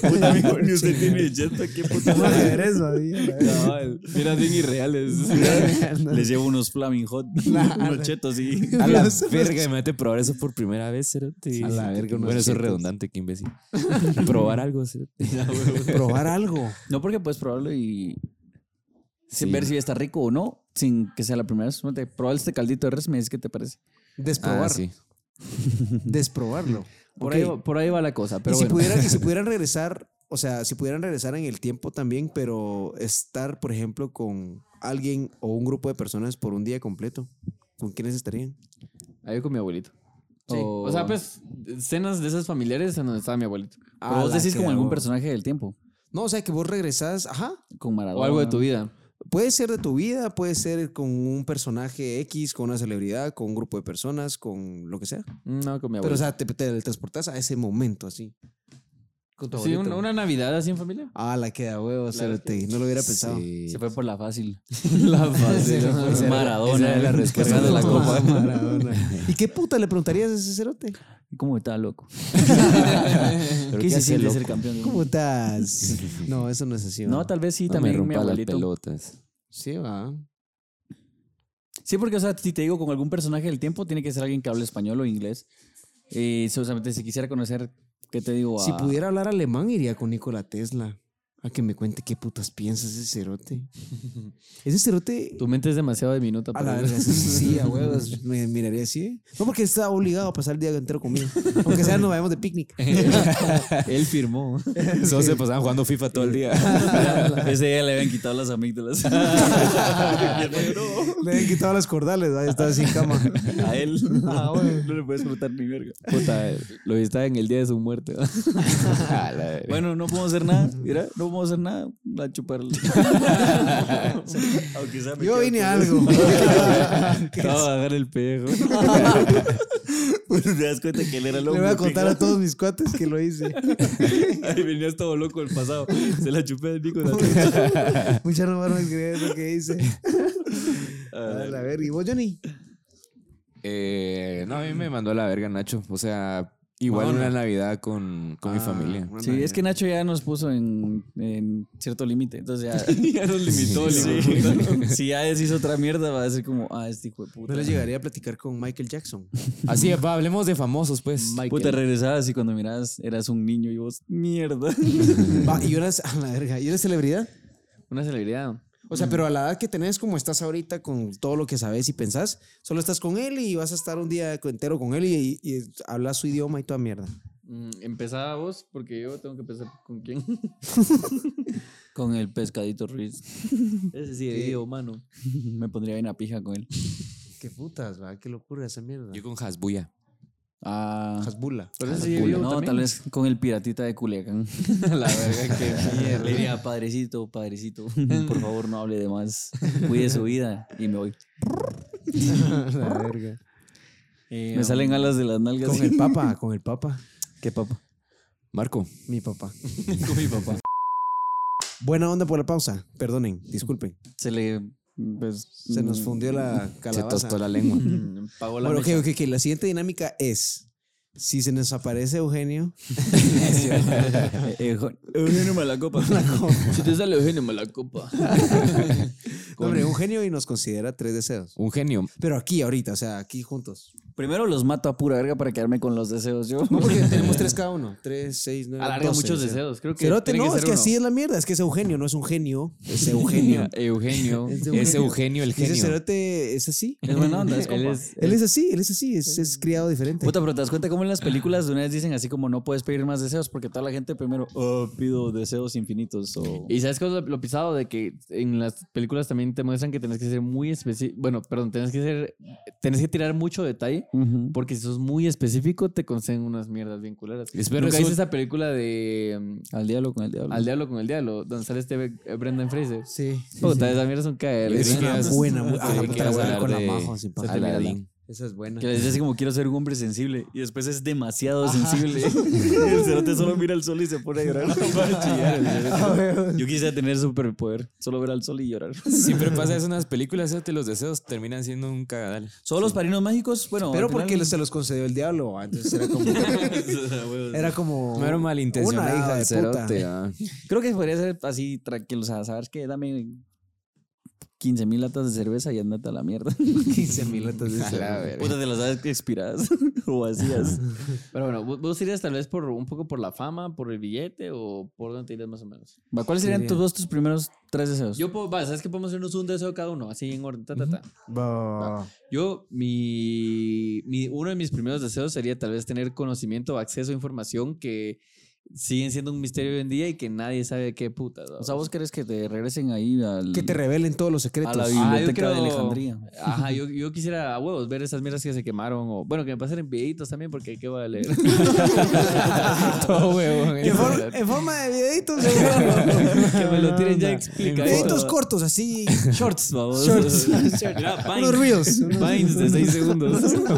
[SPEAKER 1] Puta, amigo, ni usted tiene jetpack, qué puta
[SPEAKER 2] Unos
[SPEAKER 1] madre.
[SPEAKER 2] ajedrez, madre, la
[SPEAKER 1] [laughs]
[SPEAKER 2] verga.
[SPEAKER 3] Cabal, Mira, bien irreales.
[SPEAKER 1] Les llevo unos flaming hot, [laughs] unos chetos y...
[SPEAKER 4] A la
[SPEAKER 2] Unos-
[SPEAKER 4] verga, imagínate probar eso por primera vez, cerote.
[SPEAKER 2] A la verga, unos
[SPEAKER 4] Bueno, eso es
[SPEAKER 2] chetos.
[SPEAKER 4] redundante, qué imbécil. [laughs] Probar algo, cerote.
[SPEAKER 2] Probar algo.
[SPEAKER 4] Ah,
[SPEAKER 1] No, porque puedes probarlo y
[SPEAKER 4] Sí.
[SPEAKER 1] sin ver si está rico o no, sin que sea la primera vez. Te probas este caldito de res, me dices qué te parece.
[SPEAKER 2] Desprobar.
[SPEAKER 4] Ah, sí.
[SPEAKER 2] Desprobarlo.
[SPEAKER 3] Por,
[SPEAKER 2] Ok.
[SPEAKER 3] ahí, va- por ahí va la cosa, pero
[SPEAKER 2] y, si
[SPEAKER 3] bueno.
[SPEAKER 2] pudieran, y [laughs] si pudieran regresar, o sea, si pudieran regresar en el tiempo también, pero estar, por ejemplo, con alguien o un grupo de personas por un día completo, ¿con quiénes estarían?
[SPEAKER 3] Ahí con mi abuelito.
[SPEAKER 1] Sí.
[SPEAKER 3] O... sea, pues, cenas de esas familiares en donde estaba mi abuelito.
[SPEAKER 1] Pero vos
[SPEAKER 2] Ala,
[SPEAKER 1] decís
[SPEAKER 2] qué
[SPEAKER 1] como algún
[SPEAKER 2] huevo.
[SPEAKER 1] personaje del tiempo,
[SPEAKER 2] No, o sea, que vos regresás, ajá,
[SPEAKER 1] con Maradona.
[SPEAKER 3] O algo de tu vida.
[SPEAKER 2] Puede ser de tu vida, puede ser con un personaje X, con una celebridad, con un grupo de personas, con lo que sea.
[SPEAKER 3] Mm, No, con mi
[SPEAKER 2] Pero, o
[SPEAKER 3] abuelo.
[SPEAKER 2] sea, te, te transportas a ese momento así. Con tu
[SPEAKER 3] sí,
[SPEAKER 2] abuelito.
[SPEAKER 3] una, una Navidad así en familia.
[SPEAKER 2] Ah, la queda huevo, cerote. No lo hubiera pensado.
[SPEAKER 4] Sí.
[SPEAKER 1] Se fue por la fácil.
[SPEAKER 3] La
[SPEAKER 2] Sí,
[SPEAKER 3] fácil.
[SPEAKER 2] esa era- esa
[SPEAKER 1] Maradona.
[SPEAKER 2] era la respuesta
[SPEAKER 1] cargando la copa.
[SPEAKER 2] Maradona. ¿Y qué puta le preguntarías a ese cerote?
[SPEAKER 1] ¿Cómo está, loco?
[SPEAKER 4] ¿Pero
[SPEAKER 1] ¿Qué
[SPEAKER 4] qué
[SPEAKER 1] se
[SPEAKER 4] hace
[SPEAKER 1] siente
[SPEAKER 4] loco?
[SPEAKER 1] ser campeón? del
[SPEAKER 2] ¿Cómo
[SPEAKER 1] mundo?
[SPEAKER 2] estás? No, eso no es así.
[SPEAKER 1] No,
[SPEAKER 2] ¿va?
[SPEAKER 1] tal vez sí,
[SPEAKER 4] No me
[SPEAKER 1] también mi
[SPEAKER 4] rompa las
[SPEAKER 1] abuelito.
[SPEAKER 4] pelotas.
[SPEAKER 2] Sí, va.
[SPEAKER 1] Sí, porque, o sea, si te digo con algún personaje del tiempo, tiene que ser alguien que hable español o inglés. Eh, solamente si quisiera conocer, ¿qué te digo? Ah.
[SPEAKER 2] Si
[SPEAKER 1] A-
[SPEAKER 2] pudiera hablar alemán, iría con Nikola Tesla. A que me cuente qué putas piensa ese cerote. Ese cerote.
[SPEAKER 3] Tu mente es demasiado
[SPEAKER 1] Ah,
[SPEAKER 3] diminuta.
[SPEAKER 2] A la
[SPEAKER 3] para-
[SPEAKER 2] verga, sí, sí, sí, a
[SPEAKER 1] [laughs]
[SPEAKER 2] huevos. Me miraría así. ¿eh? No, porque está obligado a pasar el día entero conmigo. Aunque sea, nos vayamos de
[SPEAKER 1] [laughs]
[SPEAKER 2] picnic.
[SPEAKER 3] [laughs] Él firmó.
[SPEAKER 4] Solo se pasaban jugando FIFA todo el día.
[SPEAKER 1] Ese día le habían quitado las
[SPEAKER 3] [laughs]
[SPEAKER 1] amígdalas.
[SPEAKER 2] Le habían quitado las cordales, ¿va? estaba sin cama.
[SPEAKER 1] a él. No le puedes preguntar ni verga.
[SPEAKER 3] Ah, Puta, eh, lo está en el día de su muerte.
[SPEAKER 1] Bueno, no podemos hacer nada. Mira, no podemos hacer nada. La chupar.
[SPEAKER 3] [laughs]
[SPEAKER 1] Aunque sea me
[SPEAKER 2] Yo
[SPEAKER 1] quedo
[SPEAKER 2] vine
[SPEAKER 1] con
[SPEAKER 2] a
[SPEAKER 1] eso. [laughs]
[SPEAKER 2] algo. [laughs]
[SPEAKER 3] Acaba de agarrar el pejo.
[SPEAKER 1] Te das cuenta que él era loco.
[SPEAKER 2] Le voy a contar a todos mis cuates que lo
[SPEAKER 1] [laughs]
[SPEAKER 2] hice.
[SPEAKER 1] [laughs] Ahí venías todo loco del pasado. Se la chupé a Nico.
[SPEAKER 2] Muchas no van a creer lo que
[SPEAKER 1] [laughs]
[SPEAKER 2] hice. A la verga. ¿Y vos, Johnny?
[SPEAKER 4] Eh, no, a mí me mandó a la verga Nacho. O sea, igual
[SPEAKER 2] Madonna.
[SPEAKER 4] una Navidad con, con mi
[SPEAKER 3] Ah,
[SPEAKER 4] familia.
[SPEAKER 1] Sí, es que Nacho ya nos puso en, en cierto límite. Entonces [laughs] ya.
[SPEAKER 3] ya nos limitó. el hijo de puta.
[SPEAKER 1] Sí. [laughs] si ya decís otra mierda, va a decir como, ah, este hijo de puta.
[SPEAKER 2] No les llegaría a platicar con Michael [laughs] Jackson.
[SPEAKER 4] Así es, va, hablemos de famosos, pues.
[SPEAKER 1] Puta, regresabas y cuando mirabas eras un niño y vos, mierda.
[SPEAKER 2] Va, y eras, a la verga, ¿y eres celebridad?
[SPEAKER 3] Una celebridad.
[SPEAKER 2] O sea, pero a la edad que tenés, como estás ahorita, con todo lo que sabes y pensás, solo estás con él y vas a estar un día entero con él y, y- y hablas su idioma y toda mierda.
[SPEAKER 3] Mm, Empezaba vos, porque yo tengo que pensar con quién.
[SPEAKER 1] Con el pescadito Ruiz.
[SPEAKER 3] Ese sí, vivo, mano.
[SPEAKER 1] [laughs] Me pondría bien a pija con él.
[SPEAKER 2] Qué putas, va, qué locura esa mierda.
[SPEAKER 4] Yo con Hasbuya.
[SPEAKER 1] Ah.
[SPEAKER 2] Hasbula.
[SPEAKER 3] Pero ese sí,
[SPEAKER 1] No,
[SPEAKER 3] vivo también.
[SPEAKER 1] tal vez con el piratita de Culiacán.
[SPEAKER 3] [laughs] La verga, qué
[SPEAKER 1] [laughs]
[SPEAKER 3] mierda.
[SPEAKER 1] Le diría, padrecito,
[SPEAKER 3] [laughs]
[SPEAKER 1] padrecito, [laughs] por favor no hable de más. Cuide su vida y me voy.
[SPEAKER 2] la verga.
[SPEAKER 1] Me salen alas de las nalgas.
[SPEAKER 2] Eh, Con el papa, con el papa.
[SPEAKER 1] ¿Qué papa?
[SPEAKER 4] Marco.
[SPEAKER 2] Mi papá. [laughs] con mi papá. Buena onda por la pausa. Perdonen, disculpen.
[SPEAKER 1] [laughs] Se le. Pues,
[SPEAKER 2] Mm. Se nos fundió la
[SPEAKER 4] Se
[SPEAKER 2] calabaza.
[SPEAKER 4] tostó
[SPEAKER 1] [laughs]
[SPEAKER 4] la
[SPEAKER 3] [laughs]
[SPEAKER 4] lengua.
[SPEAKER 3] Mm, Pagó la
[SPEAKER 2] Bueno, ok,
[SPEAKER 3] mecha.
[SPEAKER 2] ok, ok. La siguiente dinámica es: si se nos aparece [laughs] Eugenio,
[SPEAKER 1] Eh, Eugenio Malacopa.
[SPEAKER 3] Si te sale Eugenio, me la copa.
[SPEAKER 2] no, hombre, Eugenio y nos considera tres deseos.
[SPEAKER 4] Un
[SPEAKER 2] [laughs]
[SPEAKER 4] genio.
[SPEAKER 2] Pero aquí, ahorita, o sea, aquí juntos.
[SPEAKER 1] [laughs] Primero los mato a pura verga para quedarme con los deseos yo.
[SPEAKER 2] No, [laughs] porque tenemos tres cada uno: tres, seis, nueve.
[SPEAKER 3] Alarga
[SPEAKER 2] doce,
[SPEAKER 3] muchos
[SPEAKER 2] o sea.
[SPEAKER 3] deseos. Creo que.
[SPEAKER 2] Cerote,
[SPEAKER 3] tiene
[SPEAKER 2] no, es
[SPEAKER 3] ser
[SPEAKER 2] que
[SPEAKER 3] uno.
[SPEAKER 2] así es la mierda. Es que es Eugenio, no es un genio, [laughs] es Eugenio.
[SPEAKER 3] [laughs] Eugenio.
[SPEAKER 4] Es Eugenio el
[SPEAKER 2] Ese
[SPEAKER 4] genio.
[SPEAKER 2] cerote es [laughs] así.
[SPEAKER 1] Es buena onda, es
[SPEAKER 3] [laughs] Él
[SPEAKER 1] compa.
[SPEAKER 3] es-
[SPEAKER 2] Él es así, él es así, es, es criado diferente.
[SPEAKER 1] Puta, pero te das cuenta cómo en las películas de una vez dicen así como no puedes pedir más deseos porque toda la gente primero "Oh, pido deseos infinitos o
[SPEAKER 3] Y sabes que lo, lo pisado de que en las películas también te muestran que tenés que ser muy específico. Bueno, perdón, tenés que ser. Tenés que tirar mucho detalle.
[SPEAKER 1] Ujú.
[SPEAKER 3] Porque si sos muy específico, te conceden unas mierdas bien culeras.
[SPEAKER 4] Espero
[SPEAKER 3] Nunca
[SPEAKER 4] eso-
[SPEAKER 3] hice esa película de mm,
[SPEAKER 1] al diablo con el diablo.
[SPEAKER 3] Al Diablo con el Diablo, donde sale este eh, Brendan Fraser.
[SPEAKER 2] Sí.
[SPEAKER 3] Puta, esa mierda es un caer.
[SPEAKER 2] Es
[SPEAKER 4] que
[SPEAKER 2] una
[SPEAKER 4] es-
[SPEAKER 2] buena,
[SPEAKER 4] que
[SPEAKER 2] buena. Ah, la puta, la
[SPEAKER 4] quieras
[SPEAKER 2] voy a ver
[SPEAKER 4] hablar
[SPEAKER 2] con la
[SPEAKER 4] de
[SPEAKER 2] majo, sin paja.
[SPEAKER 4] Aladdin.
[SPEAKER 2] Esa es buena.
[SPEAKER 1] Que le dice así como quiero ser un hombre sensible y después es demasiado sensible. [laughs] Y el cerote solo mira al sol y se pone a [laughs] llorar. para chillar, el cerote. Yo quisiera tener superpoder, solo ver al sol y [laughs] llorar.
[SPEAKER 4] Siempre pasa eso en las películas, cerote, los deseos terminan siendo un cagadal.
[SPEAKER 1] Solo los parinos mágicos, bueno.
[SPEAKER 2] Pero
[SPEAKER 1] al final-
[SPEAKER 2] porque se los concedió el diablo. ah, Entonces era como. [laughs] era como.
[SPEAKER 4] No era malintencionado.
[SPEAKER 2] Una hija de
[SPEAKER 4] el cerote,
[SPEAKER 2] [laughs] puta.
[SPEAKER 4] ah.
[SPEAKER 1] Creo que podría ser así tranquilo, o sea, sabes que dame 15 mil latas de cerveza y andate a la mierda. [laughs]
[SPEAKER 2] 15 mil latas de
[SPEAKER 4] A la
[SPEAKER 2] cerveza.
[SPEAKER 4] verga.
[SPEAKER 1] Puta, te las sabes expiradas [laughs] o vacías.
[SPEAKER 3] Pero bueno, vos, vos irías tal vez por un poco por la fama, por el billete o por dónde te irías más o menos.
[SPEAKER 1] Va, ¿Cuáles serían tus dos tus primeros tres deseos?
[SPEAKER 3] Yo puedo, va, sabes que podemos hacernos un deseo cada uno, así en orden. ta, ta, ta.
[SPEAKER 2] Va.
[SPEAKER 3] Yo, mi, mi- uno de mis primeros deseos sería tal vez tener conocimiento, acceso a información que siguen siendo un misterio hoy en día y que nadie sabe de qué putas.
[SPEAKER 1] O sea, vos querés que te regresen ahí al,
[SPEAKER 2] Que te revelen todos los
[SPEAKER 1] a
[SPEAKER 2] secretos.
[SPEAKER 1] la
[SPEAKER 3] Ah,
[SPEAKER 1] biblioteca
[SPEAKER 3] yo
[SPEAKER 1] de
[SPEAKER 3] creo-
[SPEAKER 1] Alejandría.
[SPEAKER 3] Ajá, yo, yo quisiera a huevos ver esas mierdas que se quemaron o bueno, que me pasen en videitos también porque qué voy a leer. [laughs] Todo huevo.
[SPEAKER 2] en, forma, en forma de
[SPEAKER 1] [laughs]
[SPEAKER 2] videitos.
[SPEAKER 3] [laughs]
[SPEAKER 2] seguro.
[SPEAKER 3] que me lo tiren ya
[SPEAKER 2] [laughs]
[SPEAKER 3] explicado.
[SPEAKER 2] videitos cortos, así.
[SPEAKER 3] Shorts, vamos. [laughs]
[SPEAKER 2] Shorts.
[SPEAKER 3] Mira,
[SPEAKER 2] Unos
[SPEAKER 3] Vines.
[SPEAKER 2] reels. [laughs] unos-
[SPEAKER 3] Vines de 6
[SPEAKER 2] [laughs]
[SPEAKER 3] segundos.
[SPEAKER 4] Fine,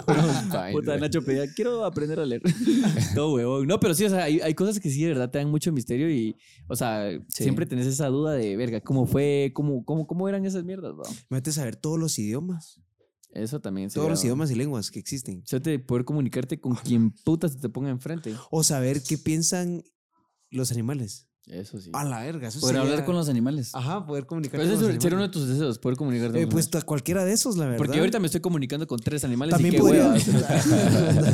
[SPEAKER 3] Puta,
[SPEAKER 4] güey.
[SPEAKER 3] Nacho pedía, quiero aprender a leer. Todo huevón. No, pero sí, o sea, hay, hay cosas que sí, de verdad, te dan mucho misterio y, o sea, siempre tenés esa duda de, verga, ¿cómo fue? ¿Cómo, cómo, cómo eran esas mierdas? no?
[SPEAKER 2] Imagínate saber todos los idiomas.
[SPEAKER 3] Eso también.
[SPEAKER 2] todos los
[SPEAKER 3] idiomas.
[SPEAKER 2] idiomas y lenguas que existen.
[SPEAKER 3] O sea, te- poder comunicarte
[SPEAKER 2] Ah,
[SPEAKER 3] con quien puta se te ponga enfrente.
[SPEAKER 2] O saber qué piensan los animales.
[SPEAKER 3] Eso sí.
[SPEAKER 2] A la verga. Eso
[SPEAKER 1] Poder
[SPEAKER 2] sería-
[SPEAKER 1] hablar con los animales.
[SPEAKER 2] Ajá, poder comunicar
[SPEAKER 3] Pero ese
[SPEAKER 2] con los
[SPEAKER 3] es- sería uno
[SPEAKER 2] animales.
[SPEAKER 3] de tus deseos, poder comunicarte
[SPEAKER 2] Eh,
[SPEAKER 3] con
[SPEAKER 2] pues a cualquiera de esos, la verdad.
[SPEAKER 3] Porque ahorita me estoy comunicando con tres animales
[SPEAKER 2] también
[SPEAKER 3] y qué hueva.
[SPEAKER 2] podría, [laughs]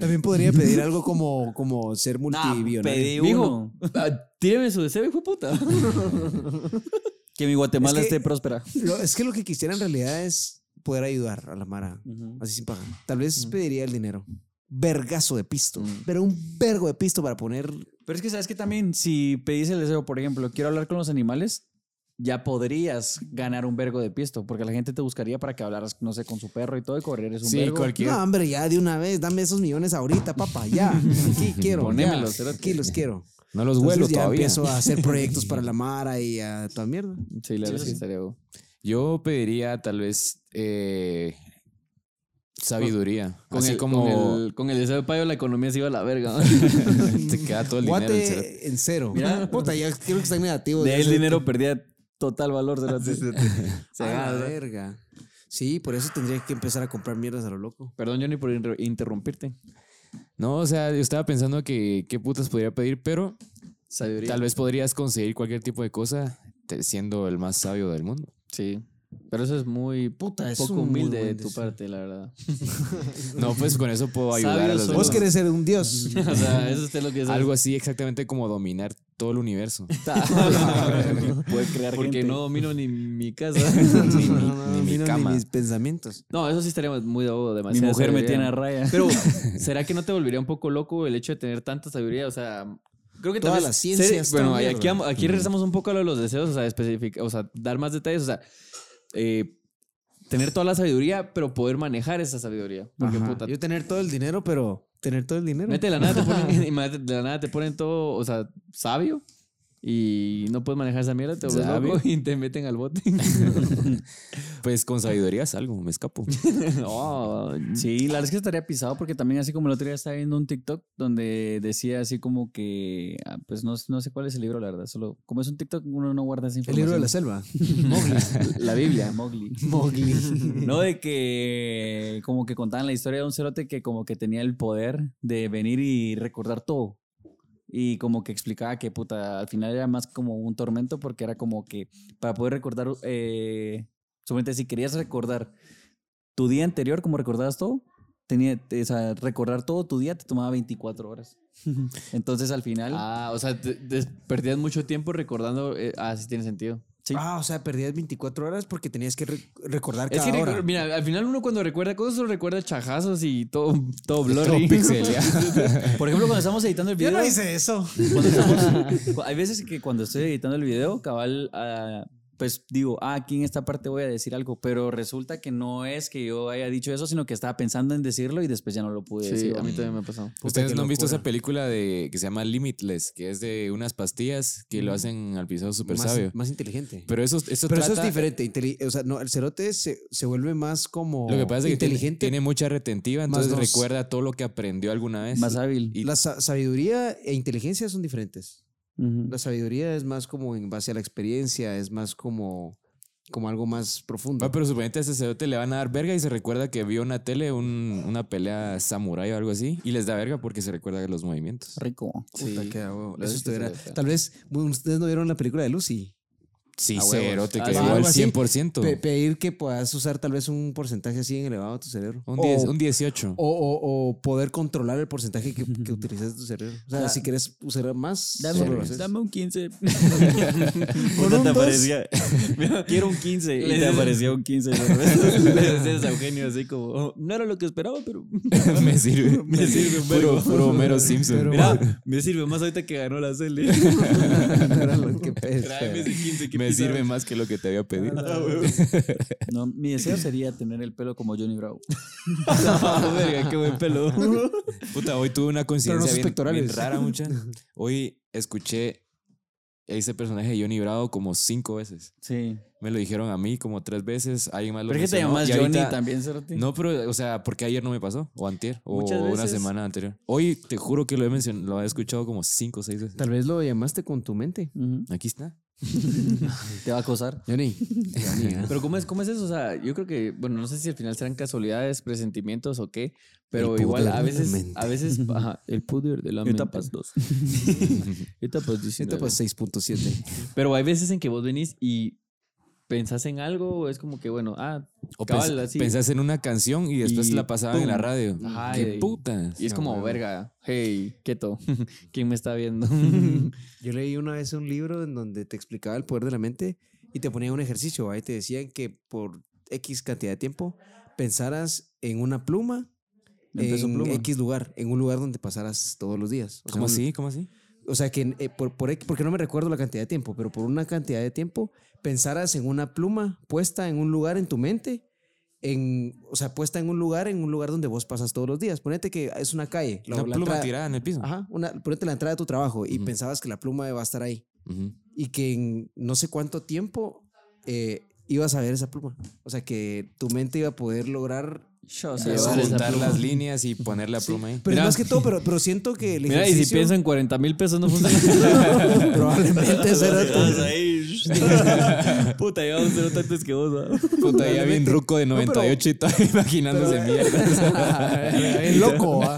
[SPEAKER 2] también podría pedir algo como,
[SPEAKER 3] [laughs]
[SPEAKER 2] como ser multimillonario.
[SPEAKER 3] Mijo, ah, tíreme su deseo, hijo de puta.
[SPEAKER 1] Que mi Guatemala
[SPEAKER 2] Es que-
[SPEAKER 1] esté próspera.
[SPEAKER 2] Lo- es que lo que quisiera en realidad es poder ayudar a la Mara, así sin pagar. Tal vez pediría el dinero. Vergazo de pisto, pero un vergo de pisto para poner.
[SPEAKER 1] Pero es que sabes que también, si pedís el deseo, por ejemplo, quiero hablar con los animales, ya podrías ganar un vergo de pisto, porque la gente te buscaría para que hablaras, no sé, con su perro y todo, y correres un
[SPEAKER 4] Sí,
[SPEAKER 1] vergo.
[SPEAKER 4] cualquier.
[SPEAKER 2] No, hombre, ya de una vez, dame esos millones ahorita, papá, ya.
[SPEAKER 3] [laughs]
[SPEAKER 2] Aquí quiero.
[SPEAKER 3] Ponémelos,
[SPEAKER 2] ya.
[SPEAKER 3] cerote.
[SPEAKER 2] Aquí los quiero.
[SPEAKER 4] No los
[SPEAKER 2] Entonces
[SPEAKER 4] huelo
[SPEAKER 2] ya
[SPEAKER 4] todavía.
[SPEAKER 2] empiezo a hacer proyectos
[SPEAKER 3] [laughs]
[SPEAKER 2] para la Mara y a toda mierda.
[SPEAKER 3] Sí, la verdad es que estaría
[SPEAKER 4] Yo pediría tal vez eh, sabiduría.
[SPEAKER 3] Con
[SPEAKER 4] así
[SPEAKER 3] el,
[SPEAKER 4] como
[SPEAKER 3] con, el, con el deseo de payo la economía se iba a la verga.
[SPEAKER 4] te queda todo el dinero. el cerote.
[SPEAKER 2] Guate en cero. Mira, [laughs] puta, ya creo que está en negativo.
[SPEAKER 1] De
[SPEAKER 2] ya
[SPEAKER 1] ahí el
[SPEAKER 2] sé.
[SPEAKER 1] dinero perdía total valor. De la
[SPEAKER 2] A la verga. Sí, por eso tendría que empezar a comprar mierdas a lo loco.
[SPEAKER 3] Perdón, Johnny, por inter- interrumpirte.
[SPEAKER 4] No, o sea, yo estaba pensando que qué putas podría pedir, pero
[SPEAKER 3] Sabiduría.
[SPEAKER 4] tal vez podrías conseguir cualquier tipo de cosa te- siendo el más sabio del mundo.
[SPEAKER 3] Sí. Pero eso es muy puta,
[SPEAKER 2] es
[SPEAKER 3] poco
[SPEAKER 2] un muy
[SPEAKER 3] humilde de
[SPEAKER 2] buen
[SPEAKER 3] tu
[SPEAKER 2] deseo.
[SPEAKER 3] parte, la verdad. [laughs]
[SPEAKER 4] No, pues con eso puedo ayudar
[SPEAKER 3] Sabio
[SPEAKER 4] a los
[SPEAKER 3] soy.
[SPEAKER 4] demás.
[SPEAKER 2] Vos querés ser un dios.
[SPEAKER 4] [laughs]
[SPEAKER 3] o sea, eso es lo que es. [laughs]
[SPEAKER 4] Algo así exactamente como dominar todo el universo.
[SPEAKER 1] Puede crear
[SPEAKER 3] Porque
[SPEAKER 1] gente.
[SPEAKER 3] no domino ni mi casa. [laughs]
[SPEAKER 2] ni,
[SPEAKER 4] mi- ni mi cama.
[SPEAKER 2] mis pensamientos.
[SPEAKER 3] no, eso sí estaría muy de bobo,
[SPEAKER 1] Mi
[SPEAKER 3] demasiado.
[SPEAKER 1] mujer me tiene a raya. [laughs]
[SPEAKER 2] [laughs]
[SPEAKER 3] Pero, ¿será que no te volvería un poco loco el hecho de tener tanta sabiduría? O sea, creo que tal
[SPEAKER 2] Todas
[SPEAKER 3] vez
[SPEAKER 2] las
[SPEAKER 3] ser-
[SPEAKER 2] ciencias,
[SPEAKER 3] Bueno,
[SPEAKER 2] toda
[SPEAKER 3] y aquí,
[SPEAKER 2] mierda.
[SPEAKER 3] aquí regresamos un poco a lo de los deseos, o sea, especific- o sea, dar más detalles, o sea, eh, tener toda la sabiduría, pero poder manejar esa sabiduría. Porque
[SPEAKER 2] Ajá.
[SPEAKER 3] puta,
[SPEAKER 2] Yo tener todo el dinero, pero tener todo el dinero.
[SPEAKER 3] neta, de la nada
[SPEAKER 2] [laughs]
[SPEAKER 3] te ponen, [laughs] imagínate, de la nada te ponen todo, o sea, sabio. Y no puedes manejar esa mierda, te vuelves
[SPEAKER 4] Sabio.
[SPEAKER 3] loco [laughs] y te meten al
[SPEAKER 2] [laughs]
[SPEAKER 3] bote.
[SPEAKER 4] Pues con sabiduría salgo, me
[SPEAKER 2] [laughs]
[SPEAKER 4] escapo.
[SPEAKER 3] No,
[SPEAKER 1] Sí, la verdad es que estaría pisado porque también así como el otro día estaba viendo un TikTok donde decía así como que, ah, pues no, no sé cuál es el libro, la verdad, solo como es un TikTok uno no guarda esa
[SPEAKER 2] el
[SPEAKER 1] información.
[SPEAKER 2] libro de la selva.
[SPEAKER 1] la
[SPEAKER 2] [laughs]
[SPEAKER 1] Biblia, [laughs] Mowgli.
[SPEAKER 2] Mowgli.
[SPEAKER 1] No de que como que contaban la historia de un cerote que como que tenía el poder de venir y recordar todo. Y como que explicaba que puta, al final era más como un tormento porque era como que para poder recordar, eh, solamente si querías recordar tu día anterior, como recordabas todo, tenía, te- o sea, recordar todo tu día te tomaba 24 horas. [laughs] Entonces al final...
[SPEAKER 3] [laughs] Ah, o sea, te- des- perdías mucho tiempo recordando. eh, ah, sí, tiene sentido. Sí.
[SPEAKER 2] Ah, o sea, perdías 24 horas porque tenías que re- recordar
[SPEAKER 3] Es
[SPEAKER 2] cada
[SPEAKER 3] que,
[SPEAKER 2] hora.
[SPEAKER 3] recuer- mira, al final uno cuando recuerda cosas solo recuerda chajazos y todo, todo
[SPEAKER 4] Todo
[SPEAKER 3] blurry. [laughs]
[SPEAKER 4] pixeleado.
[SPEAKER 1] Por ejemplo, cuando estamos editando el video...
[SPEAKER 2] hice eso.
[SPEAKER 1] Cuando estamos- cu- hay veces que cuando estoy editando el video, cabal, ah, pues digo, ah, aquí en esta parte voy a decir algo, pero resulta que no es que yo haya dicho eso, sino que estaba pensando en decirlo y después ya no lo pude
[SPEAKER 3] Sí,
[SPEAKER 1] decir.
[SPEAKER 3] a mí también me pasó.
[SPEAKER 4] Ustedes
[SPEAKER 2] qué
[SPEAKER 4] no han visto
[SPEAKER 2] locura.
[SPEAKER 4] esa película de que se llama Limitless, que es de unas pastillas que lo hacen al pisado super
[SPEAKER 2] Mm. Más,
[SPEAKER 4] sabio.
[SPEAKER 2] más inteligente. Pero,
[SPEAKER 4] Pero eso, eso,
[SPEAKER 2] eso es
[SPEAKER 4] trata-
[SPEAKER 2] diferente. inteli- O sea, no, el cerote se, se vuelve más como
[SPEAKER 4] Lo que pasa es que tiene-
[SPEAKER 2] inteligente.
[SPEAKER 4] Tiene, mucha retentiva,
[SPEAKER 2] Más
[SPEAKER 4] entonces
[SPEAKER 2] nos-
[SPEAKER 4] recuerda todo lo que aprendió alguna vez.
[SPEAKER 1] Más hábil.
[SPEAKER 4] y-
[SPEAKER 2] La sa- sabiduría e inteligencia son diferentes.
[SPEAKER 1] Ujú.
[SPEAKER 2] La sabiduría es más como en base a la experiencia, es más como, como algo más profundo.
[SPEAKER 4] Va, Ah, pero suponete a ese cerote le van a dar verga y se recuerda que vio en la tele un- una pelea samurái o algo así y les da verga porque se recuerda los movimientos.
[SPEAKER 1] Rico.
[SPEAKER 2] Puta,
[SPEAKER 3] Sí.
[SPEAKER 2] qué huevo.
[SPEAKER 3] la verdad es
[SPEAKER 2] Eso
[SPEAKER 3] que
[SPEAKER 2] estuviera-
[SPEAKER 3] sí, está.
[SPEAKER 2] Tal vez bueno, ustedes no vieron la película de Lucy.
[SPEAKER 4] Sí,
[SPEAKER 2] A huevos.
[SPEAKER 4] cero, te
[SPEAKER 3] Ah,
[SPEAKER 4] quedó
[SPEAKER 3] sí,
[SPEAKER 4] al
[SPEAKER 2] algo así.
[SPEAKER 4] 100%.
[SPEAKER 2] Pe- pedir que puedas usar tal vez un porcentaje así en elevado a tu cerebro.
[SPEAKER 4] un,
[SPEAKER 2] O-
[SPEAKER 4] 10, un 18.
[SPEAKER 2] O, o- o poder controlar el porcentaje que, que utilizas de tu cerebro. O sea,
[SPEAKER 1] Da-
[SPEAKER 2] si quieres usar más,
[SPEAKER 1] Dame,
[SPEAKER 2] solo lo
[SPEAKER 1] un-
[SPEAKER 2] haces.
[SPEAKER 1] dame un [laughs]
[SPEAKER 3] [laughs]
[SPEAKER 1] 15.
[SPEAKER 2] Con un
[SPEAKER 1] te
[SPEAKER 2] dos.
[SPEAKER 1] aparecía. Quiero un 15. Y te
[SPEAKER 3] Les-
[SPEAKER 1] aparecía un 15.
[SPEAKER 3] Le decías a Eugenio así como, "Oh, no era lo que esperaba, pero
[SPEAKER 4] [laughs] me sirve. Me
[SPEAKER 3] sirve un
[SPEAKER 4] Puro,
[SPEAKER 3] vergo.
[SPEAKER 4] puro Homero
[SPEAKER 1] [laughs]
[SPEAKER 4] Simpson.
[SPEAKER 3] mira, me sirve más ahorita que ganó la Cele.
[SPEAKER 2] No era lo que pensé.
[SPEAKER 3] Tráeme [laughs] ese 15 que
[SPEAKER 4] me
[SPEAKER 3] pisaba".
[SPEAKER 4] sirve más que lo que te había pedido.
[SPEAKER 1] No, mi
[SPEAKER 3] [laughs]
[SPEAKER 1] deseo sería tener el pelo como Johnny Bravo.
[SPEAKER 3] Ah, verga, qué buen pelo.
[SPEAKER 4] Puta, hoy tuve una coincidencia
[SPEAKER 2] sus
[SPEAKER 4] bien,
[SPEAKER 2] pectorales.
[SPEAKER 4] bien rara, mucha. Hoy escuché a ese personaje de Johnny Bravo como cinco veces.
[SPEAKER 1] Sí.
[SPEAKER 4] Me lo dijeron a mí como tres veces. Alguien más lo
[SPEAKER 1] Pero es que te
[SPEAKER 4] mencionó,
[SPEAKER 1] llamas
[SPEAKER 4] y
[SPEAKER 1] Johnny
[SPEAKER 4] ahorita-
[SPEAKER 1] también, Cerote.
[SPEAKER 4] No, pero, o sea, porque ayer no me pasó, o antier, o
[SPEAKER 1] Muchas
[SPEAKER 4] una
[SPEAKER 1] veces.
[SPEAKER 4] semana anterior. Hoy te juro que lo he mencionado, lo he escuchado como cinco o seis veces.
[SPEAKER 2] Tal vez lo llamaste con tu mente.
[SPEAKER 1] Ujú.
[SPEAKER 4] Aquí está.
[SPEAKER 1] Te va a acosar.
[SPEAKER 2] Johnny. Johnny, ¿eh?
[SPEAKER 3] Pero ¿cómo es, ¿cómo es eso? O sea, yo creo que, bueno, no sé si al final serán casualidades, presentimientos o qué, pero
[SPEAKER 2] El
[SPEAKER 3] igual
[SPEAKER 2] poder
[SPEAKER 3] a
[SPEAKER 2] de la
[SPEAKER 3] veces,
[SPEAKER 2] mente.
[SPEAKER 3] a veces,
[SPEAKER 2] [laughs]
[SPEAKER 3] ajá, el poder de la mente.
[SPEAKER 1] Etapas
[SPEAKER 3] 2. Etapas 19.
[SPEAKER 2] Etapa 6.7.
[SPEAKER 3] Pero hay veces en que vos venís y pensás en algo, es como que, bueno, ah,
[SPEAKER 4] [laughs] O
[SPEAKER 3] cabal,
[SPEAKER 4] pens-
[SPEAKER 3] así.
[SPEAKER 4] pensás en una canción y después
[SPEAKER 3] Y
[SPEAKER 4] la pasaban en la
[SPEAKER 3] pum.
[SPEAKER 4] radio.
[SPEAKER 3] Ajá,
[SPEAKER 4] ¡Qué
[SPEAKER 3] y-
[SPEAKER 4] putas!
[SPEAKER 3] Y es
[SPEAKER 2] Mm, No,
[SPEAKER 3] como,
[SPEAKER 2] huevo.
[SPEAKER 3] verga, hey, quieto, [laughs] ¿quién me está
[SPEAKER 2] [laughs]
[SPEAKER 3] viendo?
[SPEAKER 2] Yo leí una vez un libro en donde te explicaba el poder de la mente y te ponían un ejercicio. Ahí te decían que por X cantidad de tiempo pensaras en una pluma
[SPEAKER 1] En peso
[SPEAKER 2] en
[SPEAKER 1] pluma.
[SPEAKER 2] X lugar, en un lugar donde pasaras todos los días. O sea,
[SPEAKER 4] ¿Cómo
[SPEAKER 2] un-
[SPEAKER 4] así? ¿Cómo así?
[SPEAKER 2] O sea, que eh, por, por X- porque no me recuerdo la cantidad de tiempo, pero por una cantidad de tiempo pensaras en una pluma puesta en un lugar en tu mente, en, o sea, puesta en un lugar, en un lugar donde vos pasas todos los días. Ponete que es una calle. la-
[SPEAKER 4] Una
[SPEAKER 2] la
[SPEAKER 4] pluma
[SPEAKER 2] entrada-
[SPEAKER 4] tirada en el piso.
[SPEAKER 2] Ajá, una, ponete la entrada de tu trabajo y
[SPEAKER 4] Ujú.
[SPEAKER 2] pensabas que la pluma va a estar ahí
[SPEAKER 4] Ujú.
[SPEAKER 2] y que en no sé cuánto tiempo eh, ibas a ver esa pluma. O sea, que tu mente iba a poder lograr...
[SPEAKER 1] Yo
[SPEAKER 4] O sea,
[SPEAKER 1] llevar esa
[SPEAKER 3] [laughs]
[SPEAKER 4] juntar
[SPEAKER 1] pluma.
[SPEAKER 4] las líneas y poner la pluma ahí.
[SPEAKER 2] Pero es
[SPEAKER 3] Mira.
[SPEAKER 2] más que todo, pero, pero siento que el
[SPEAKER 3] Mira, y si
[SPEAKER 2] ejercicio
[SPEAKER 3] pienso
[SPEAKER 2] [laughs]
[SPEAKER 3] en 40 mil pesos no funciona.
[SPEAKER 2] probablemente será tu-
[SPEAKER 1] [laughs]
[SPEAKER 3] Puta, llevamos cero antes que vos. ¿ah?
[SPEAKER 4] Puta, ya bien
[SPEAKER 2] Probablemente.
[SPEAKER 4] ruco de
[SPEAKER 2] No, pero-
[SPEAKER 4] 98 y estaba imaginándose
[SPEAKER 2] pero-
[SPEAKER 4] mierda.
[SPEAKER 2] [laughs] Es loco, ¿va?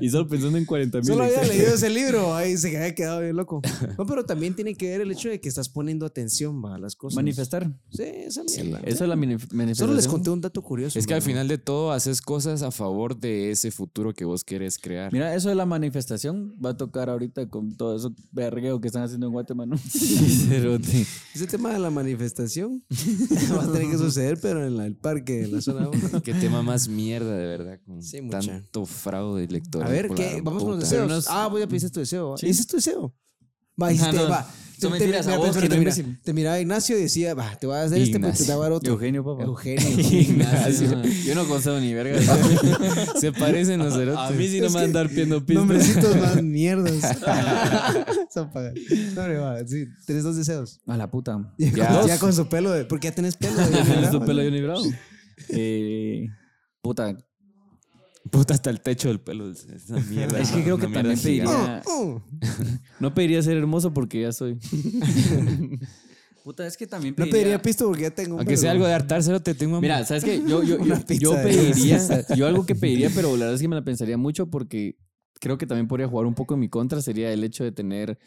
[SPEAKER 3] Y solo pensando en 40 mil.
[SPEAKER 2] Solo había leído
[SPEAKER 3] [laughs]
[SPEAKER 2] ese libro ahí se había quedado bien loco. No, pero también tiene que ver el hecho de que estás poniendo atención va, a las cosas.
[SPEAKER 1] Manifestar.
[SPEAKER 2] Sí, esa mierda.
[SPEAKER 3] Eso es la mini- manifestación.
[SPEAKER 2] Solo les conté un dato curioso.
[SPEAKER 4] Es que al
[SPEAKER 2] mano.
[SPEAKER 4] final de todo haces cosas a favor de ese futuro que vos querés crear.
[SPEAKER 1] Mira, eso de la manifestación va a tocar ahorita con todo eso vergueo que están haciendo en
[SPEAKER 3] [laughs]
[SPEAKER 1] Guatemala.
[SPEAKER 3] Cerote.
[SPEAKER 2] Ese tema de la manifestación [laughs] va a tener que suceder, pero en la- el parque, en la zona.
[SPEAKER 4] [laughs] Qué tema más mierda, de verdad. Con
[SPEAKER 2] Sí, mucha.
[SPEAKER 4] tanto fraude electoral.
[SPEAKER 2] A ver,
[SPEAKER 4] por la
[SPEAKER 2] ¿qué?
[SPEAKER 4] gran
[SPEAKER 2] Vamos con los
[SPEAKER 4] puta.
[SPEAKER 2] deseos. Ah, voy a pedir tu deseo. ¿va? Ese es tu deseo. Va,
[SPEAKER 3] Ah,
[SPEAKER 2] dijiste,
[SPEAKER 3] no.
[SPEAKER 2] va.
[SPEAKER 3] Son
[SPEAKER 2] Te-
[SPEAKER 3] mentiras,
[SPEAKER 2] te,
[SPEAKER 3] a
[SPEAKER 2] mira,
[SPEAKER 3] vos, que
[SPEAKER 2] espérate, te
[SPEAKER 3] no
[SPEAKER 2] mira,
[SPEAKER 3] imbécil.
[SPEAKER 2] te miraba Ignacio y decía, va, te voy a hacer este, pero te
[SPEAKER 4] Ignacio.
[SPEAKER 2] voy a dar otro.
[SPEAKER 1] Eugenio, papá.
[SPEAKER 2] [laughs] Eugenio.
[SPEAKER 3] Ignacio. Yo no concedo ni verga.
[SPEAKER 4] Se parecen los cerotes.
[SPEAKER 3] A mí sí no me van a andar pidiendo pisto.
[SPEAKER 2] Nombrecitos [laughs] más mierdas. Son pagas. No, hombre, va, sí, tenés dos deseos.
[SPEAKER 1] A la puta.
[SPEAKER 2] Ya,
[SPEAKER 4] Ya.
[SPEAKER 2] con, ya con su pelo, de- porque ya tenés [laughs] pelo. de-
[SPEAKER 3] Tienes tu pelo Johnny Bravo.
[SPEAKER 1] Eh, puta.
[SPEAKER 4] Puta hasta el techo del pelo. Esa mierda.
[SPEAKER 1] Es que creo que
[SPEAKER 4] Una mierda
[SPEAKER 1] también
[SPEAKER 4] gigante.
[SPEAKER 1] pediría-
[SPEAKER 2] Uh, uh.
[SPEAKER 3] No pediría ser hermoso porque ya soy.
[SPEAKER 1] Puta, es que también
[SPEAKER 2] No pediría pisto porque ya tengo. un
[SPEAKER 4] Aunque sea algo
[SPEAKER 2] pelo.
[SPEAKER 4] de hartárselo, te tengo
[SPEAKER 3] Mira, ¿sabes qué? Yo, yo, yo,
[SPEAKER 2] Una pizza
[SPEAKER 3] yo
[SPEAKER 2] de
[SPEAKER 3] pediría,
[SPEAKER 2] esas.
[SPEAKER 3] yo algo que pediría, pero la verdad es que me la pensaría mucho porque creo que también podría jugar un poco en mi contra, sería el hecho de tener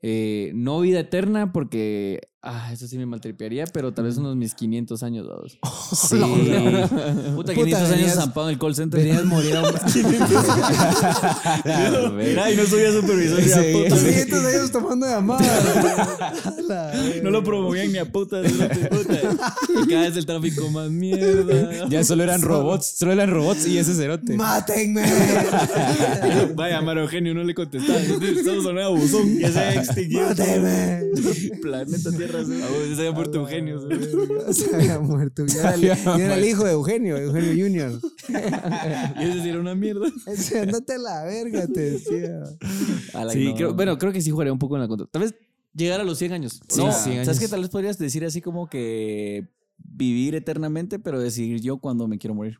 [SPEAKER 3] eh, no vida eterna porque, ah, eso sí me maltripearía, pero tal vez unos mis 500 años,
[SPEAKER 2] [laughs]
[SPEAKER 3] vamos.
[SPEAKER 1] Sí. Puta, 500 años
[SPEAKER 2] venías-
[SPEAKER 1] zampado en el call center.
[SPEAKER 2] [laughs] Deberías morir a un.
[SPEAKER 1] Mira, y no subía supervisor. ni a puta.
[SPEAKER 2] 500 años
[SPEAKER 1] [laughs]
[SPEAKER 2] tomando llamada. La-
[SPEAKER 1] No lo promovían ni a puta. cerote, puta. Y cada vez el tráfico más mierda.
[SPEAKER 4] Ya solo [laughs] eran robots, solo eran robots y ese cerote.
[SPEAKER 2] ¡Mátenme!
[SPEAKER 1] Vaya, Mario Eugenio no le contestaba. Solo sonaba buzón. Ya se había extinguido.
[SPEAKER 2] ¡Mátenme!
[SPEAKER 1] Planeta Tierra. Ah, cerote. Ya se había muerto
[SPEAKER 2] Ah,
[SPEAKER 1] Eugenio. cerote.
[SPEAKER 2] Se había muerto. Yo era, el, yo era el hijo de Eugenio, Eugenio Junior.
[SPEAKER 3] Y eso sí era una mierda.
[SPEAKER 2] Ese, Andate a la verga, te decía.
[SPEAKER 3] sí,
[SPEAKER 1] no.
[SPEAKER 3] creo- bueno, creo que sí jugaría un poco en la contra. Tal vez llegar a los 100 años.
[SPEAKER 4] Sí,
[SPEAKER 1] no,
[SPEAKER 4] 100 años.
[SPEAKER 1] ¿Sabes qué? Tal vez podrías decir así como que vivir eternamente, pero decidir yo cuando me quiero morir.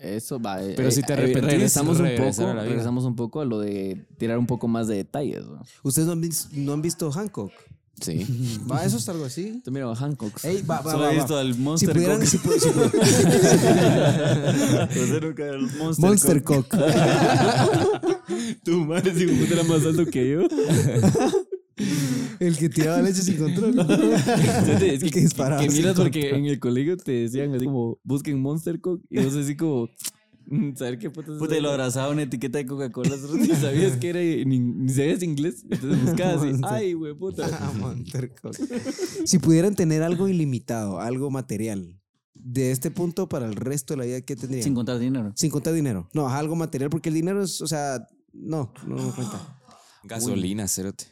[SPEAKER 3] Eso va. eh,
[SPEAKER 4] Pero si te
[SPEAKER 3] eh,
[SPEAKER 4] arrepentís,
[SPEAKER 3] regresamos un
[SPEAKER 4] regresar
[SPEAKER 3] poco,
[SPEAKER 4] a la vida.
[SPEAKER 3] regresamos un poco a lo de tirar un poco más de detalles. ¿no?
[SPEAKER 2] ¿Ustedes no han, vis- no han visto Hancock?
[SPEAKER 3] [laughs]
[SPEAKER 4] Sí.
[SPEAKER 2] Va, eso es algo así.
[SPEAKER 3] Te miro a [laughs] Hancock.
[SPEAKER 2] Ey, va, va,
[SPEAKER 1] Solo
[SPEAKER 2] va,
[SPEAKER 1] he
[SPEAKER 2] va.
[SPEAKER 1] visto al
[SPEAKER 2] Si
[SPEAKER 1] Monster
[SPEAKER 2] pudieran, [laughs]
[SPEAKER 1] Cock.
[SPEAKER 2] si pu- si pu-
[SPEAKER 1] Pues nunca el [laughs] Monster,
[SPEAKER 2] Monster
[SPEAKER 1] Cock.
[SPEAKER 2] Cock.
[SPEAKER 3] [laughs] tu madre, si puta era más alto que yo.
[SPEAKER 2] El que tiraba leche sin
[SPEAKER 1] [laughs]
[SPEAKER 2] control.
[SPEAKER 3] Es
[SPEAKER 2] El que disparaba
[SPEAKER 3] Que
[SPEAKER 2] sin
[SPEAKER 3] miras porque
[SPEAKER 2] control.
[SPEAKER 3] en el colegio te decían así como, busquen Monster Coke y vos así como, mm,
[SPEAKER 1] [laughs]
[SPEAKER 3] saber qué putas es
[SPEAKER 1] Puta,
[SPEAKER 3] eso?
[SPEAKER 1] y lo abrazaba una etiqueta de Coca-Cola.
[SPEAKER 3] Ni sabías que era, ni, ni sabías inglés. Entonces buscabas
[SPEAKER 1] [laughs]
[SPEAKER 3] así,
[SPEAKER 2] Monster.
[SPEAKER 3] ay, güey, puta.
[SPEAKER 2] Ah, Monster Coke. [laughs] si pudieran tener algo ilimitado, algo material, de este punto para el resto de la vida, ¿qué tendrían?
[SPEAKER 1] Sin contar dinero.
[SPEAKER 2] Sin contar dinero. No, ajá, algo material, porque el dinero es, o sea, no, no, no cuenta.
[SPEAKER 4] Gasolina, cerote.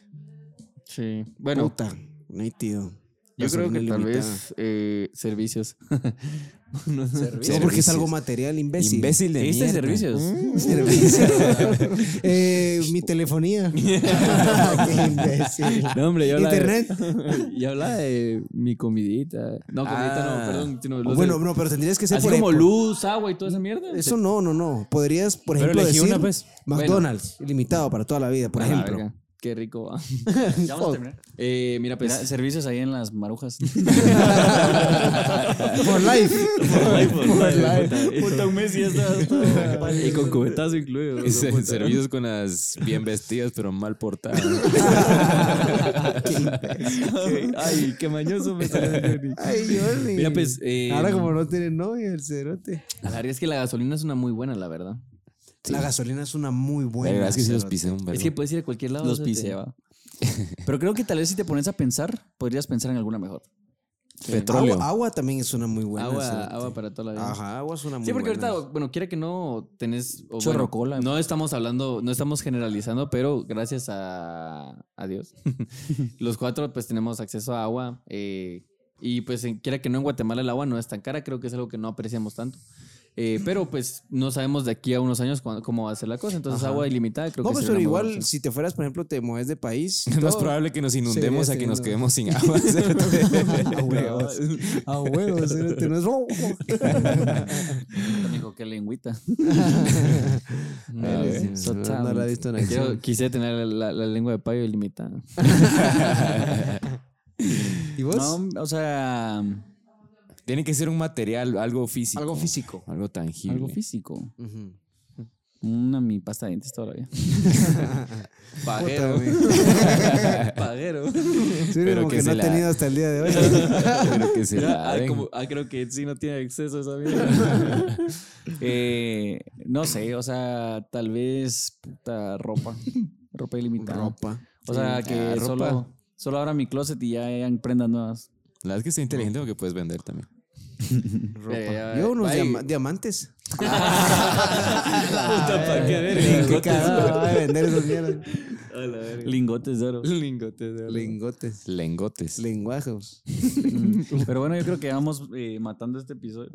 [SPEAKER 3] Sí. Bueno,
[SPEAKER 2] Puta, no hay tío.
[SPEAKER 3] yo creo que
[SPEAKER 2] Gasolina
[SPEAKER 3] tal
[SPEAKER 2] ilimitada.
[SPEAKER 3] vez eh, servicios. No, no.
[SPEAKER 2] No, porque es algo material, imbécil.
[SPEAKER 4] Imbécil de
[SPEAKER 1] ¿Viste
[SPEAKER 4] mierda. [laughs]
[SPEAKER 1] servicios?
[SPEAKER 3] [laughs]
[SPEAKER 2] Servicio. Eh, mi telefonía. Qué imbécil.
[SPEAKER 3] No, hombre, yo hablaba,
[SPEAKER 2] Internet.
[SPEAKER 3] [laughs] yo hablaba de mi comidita. No, comidita
[SPEAKER 4] Ah.
[SPEAKER 3] no, perdón. sino los
[SPEAKER 2] Bueno,
[SPEAKER 3] de-
[SPEAKER 2] no, pero tendrías que ser
[SPEAKER 3] así
[SPEAKER 2] por
[SPEAKER 3] como
[SPEAKER 2] época.
[SPEAKER 3] luz, agua y toda esa mierda.
[SPEAKER 2] Eso no, no, no. Podrías, por
[SPEAKER 4] Pero
[SPEAKER 2] ejemplo,
[SPEAKER 4] elegí
[SPEAKER 2] decir
[SPEAKER 4] una, pues.
[SPEAKER 2] McDonald's, ilimitado para toda la vida, por
[SPEAKER 3] Ah, la
[SPEAKER 2] ejemplo.
[SPEAKER 3] verga, Qué rico. va.
[SPEAKER 1] Ya vamos a terminar.
[SPEAKER 3] Eh, mira, pues.
[SPEAKER 1] Mira, servicios ahí en las
[SPEAKER 3] [laughs]
[SPEAKER 1] marujas. [laughs]
[SPEAKER 2] For life.
[SPEAKER 3] [laughs]
[SPEAKER 1] Puta, un mes y ya [laughs] estás todo
[SPEAKER 3] y con cubetazo incluido.
[SPEAKER 4] Y se- servicios con las bien vestidas, pero mal portadas.
[SPEAKER 3] Ay, qué mañoso me salió el Johnny.
[SPEAKER 2] Ay, Jordi.
[SPEAKER 3] Mira, pues. eh,
[SPEAKER 2] Ahora como no tiene novia el cerote.
[SPEAKER 3] La verdad es que la gasolina es una muy buena, la verdad.
[SPEAKER 2] La gasolina es una muy
[SPEAKER 4] La
[SPEAKER 2] buena.
[SPEAKER 4] verdad es que sí los
[SPEAKER 2] cerote.
[SPEAKER 4] pisé un verbo.
[SPEAKER 3] Es que puedes ir a cualquier lado.
[SPEAKER 1] Los
[SPEAKER 3] o sea, te-
[SPEAKER 1] piseba. Pero creo que tal vez si te pones a pensar, podrías pensar en alguna mejor.
[SPEAKER 4] Petróleo.
[SPEAKER 2] Agua, agua también es una muy buena.
[SPEAKER 3] Agua,
[SPEAKER 2] cerote.
[SPEAKER 3] agua para toda la vida.
[SPEAKER 2] Ajá, agua es una muy
[SPEAKER 3] Sí, porque
[SPEAKER 2] buena.
[SPEAKER 3] ahorita, bueno, quiera que no tenés. o
[SPEAKER 1] Chorro
[SPEAKER 3] bueno,
[SPEAKER 1] cola.
[SPEAKER 3] No estamos hablando, no estamos generalizando, pero gracias a, a Dios, [laughs] los cuatro pues tenemos acceso a agua. eh, y pues en- quiera que no, en Guatemala el agua no es tan cara, creo que es algo que no apreciamos tanto. Eh, pero pues no sabemos de aquí a unos años cuán- cómo va a ser la cosa. Entonces, agua ilimitada, creo
[SPEAKER 2] No,
[SPEAKER 3] que
[SPEAKER 2] pues
[SPEAKER 3] sería
[SPEAKER 2] pero
[SPEAKER 3] una buena
[SPEAKER 2] igual,
[SPEAKER 3] opción.
[SPEAKER 2] si te fueras, por ejemplo, te mueves
[SPEAKER 4] [laughs]
[SPEAKER 2] de país.
[SPEAKER 4] Es más probable que nos inundemos a que nos
[SPEAKER 2] teniendo-
[SPEAKER 4] quedemos sin agua. [laughs] cerote.
[SPEAKER 2] A huevos. A
[SPEAKER 4] [laughs]
[SPEAKER 2] huevos, Ah, cerote, no es-
[SPEAKER 1] Dijo, qué
[SPEAKER 2] [laughs]
[SPEAKER 1] lengüita.
[SPEAKER 2] Ah,
[SPEAKER 3] ver,
[SPEAKER 2] sí,
[SPEAKER 3] so
[SPEAKER 2] no,
[SPEAKER 3] town.
[SPEAKER 2] no la he visto en acción.
[SPEAKER 3] Quiero- quisiera tener la, la- la lengua de payo ilimitada.
[SPEAKER 2] ¿Y vos?
[SPEAKER 1] No, o sea,
[SPEAKER 4] Tiene que ser un material, algo físico.
[SPEAKER 2] Algo físico.
[SPEAKER 4] Algo tangible.
[SPEAKER 1] algo físico.
[SPEAKER 2] Ujú.
[SPEAKER 1] Una mi pasta de dientes
[SPEAKER 3] [laughs]
[SPEAKER 1] todavía.
[SPEAKER 3] Pajero.
[SPEAKER 4] [laughs]
[SPEAKER 1] [laughs]
[SPEAKER 3] Pajero.
[SPEAKER 2] Sí,
[SPEAKER 4] Pero
[SPEAKER 2] como
[SPEAKER 4] que
[SPEAKER 2] que no
[SPEAKER 4] se
[SPEAKER 2] ha
[SPEAKER 4] la-
[SPEAKER 2] tenido hasta el día de hoy.
[SPEAKER 4] [laughs] [laughs] Pero que se
[SPEAKER 3] Mira, ah,
[SPEAKER 4] laven.
[SPEAKER 3] como- ah, creo que sí no tiene acceso a esa mierda.
[SPEAKER 1] [laughs] Eh, no sé, o sea, tal vez puta, ropa. Ropa ilimitada.
[SPEAKER 2] Ropa.
[SPEAKER 1] O sea,
[SPEAKER 4] Sí.
[SPEAKER 1] que
[SPEAKER 4] Ah, ropa.
[SPEAKER 1] solo, solo abra mi closet y ya hayan prendas
[SPEAKER 3] [laughs]
[SPEAKER 1] nuevas.
[SPEAKER 4] La verdad es que está inteligente porque puedes vender también.
[SPEAKER 3] Ropa.
[SPEAKER 2] Yo unos
[SPEAKER 3] Ay,
[SPEAKER 2] diama-
[SPEAKER 3] [laughs]
[SPEAKER 2] diamantes.
[SPEAKER 3] Puta, pa' qué verga.
[SPEAKER 2] Qué
[SPEAKER 3] Lingotes.
[SPEAKER 2] cagada va a vender esos mierdas.
[SPEAKER 1] Lingotes de oro.
[SPEAKER 3] Lingotes de oro.
[SPEAKER 2] Lingotes.
[SPEAKER 4] Lengotes.
[SPEAKER 2] Lenguajos.
[SPEAKER 1] Pero bueno, yo creo que vamos eh, matando este episodio.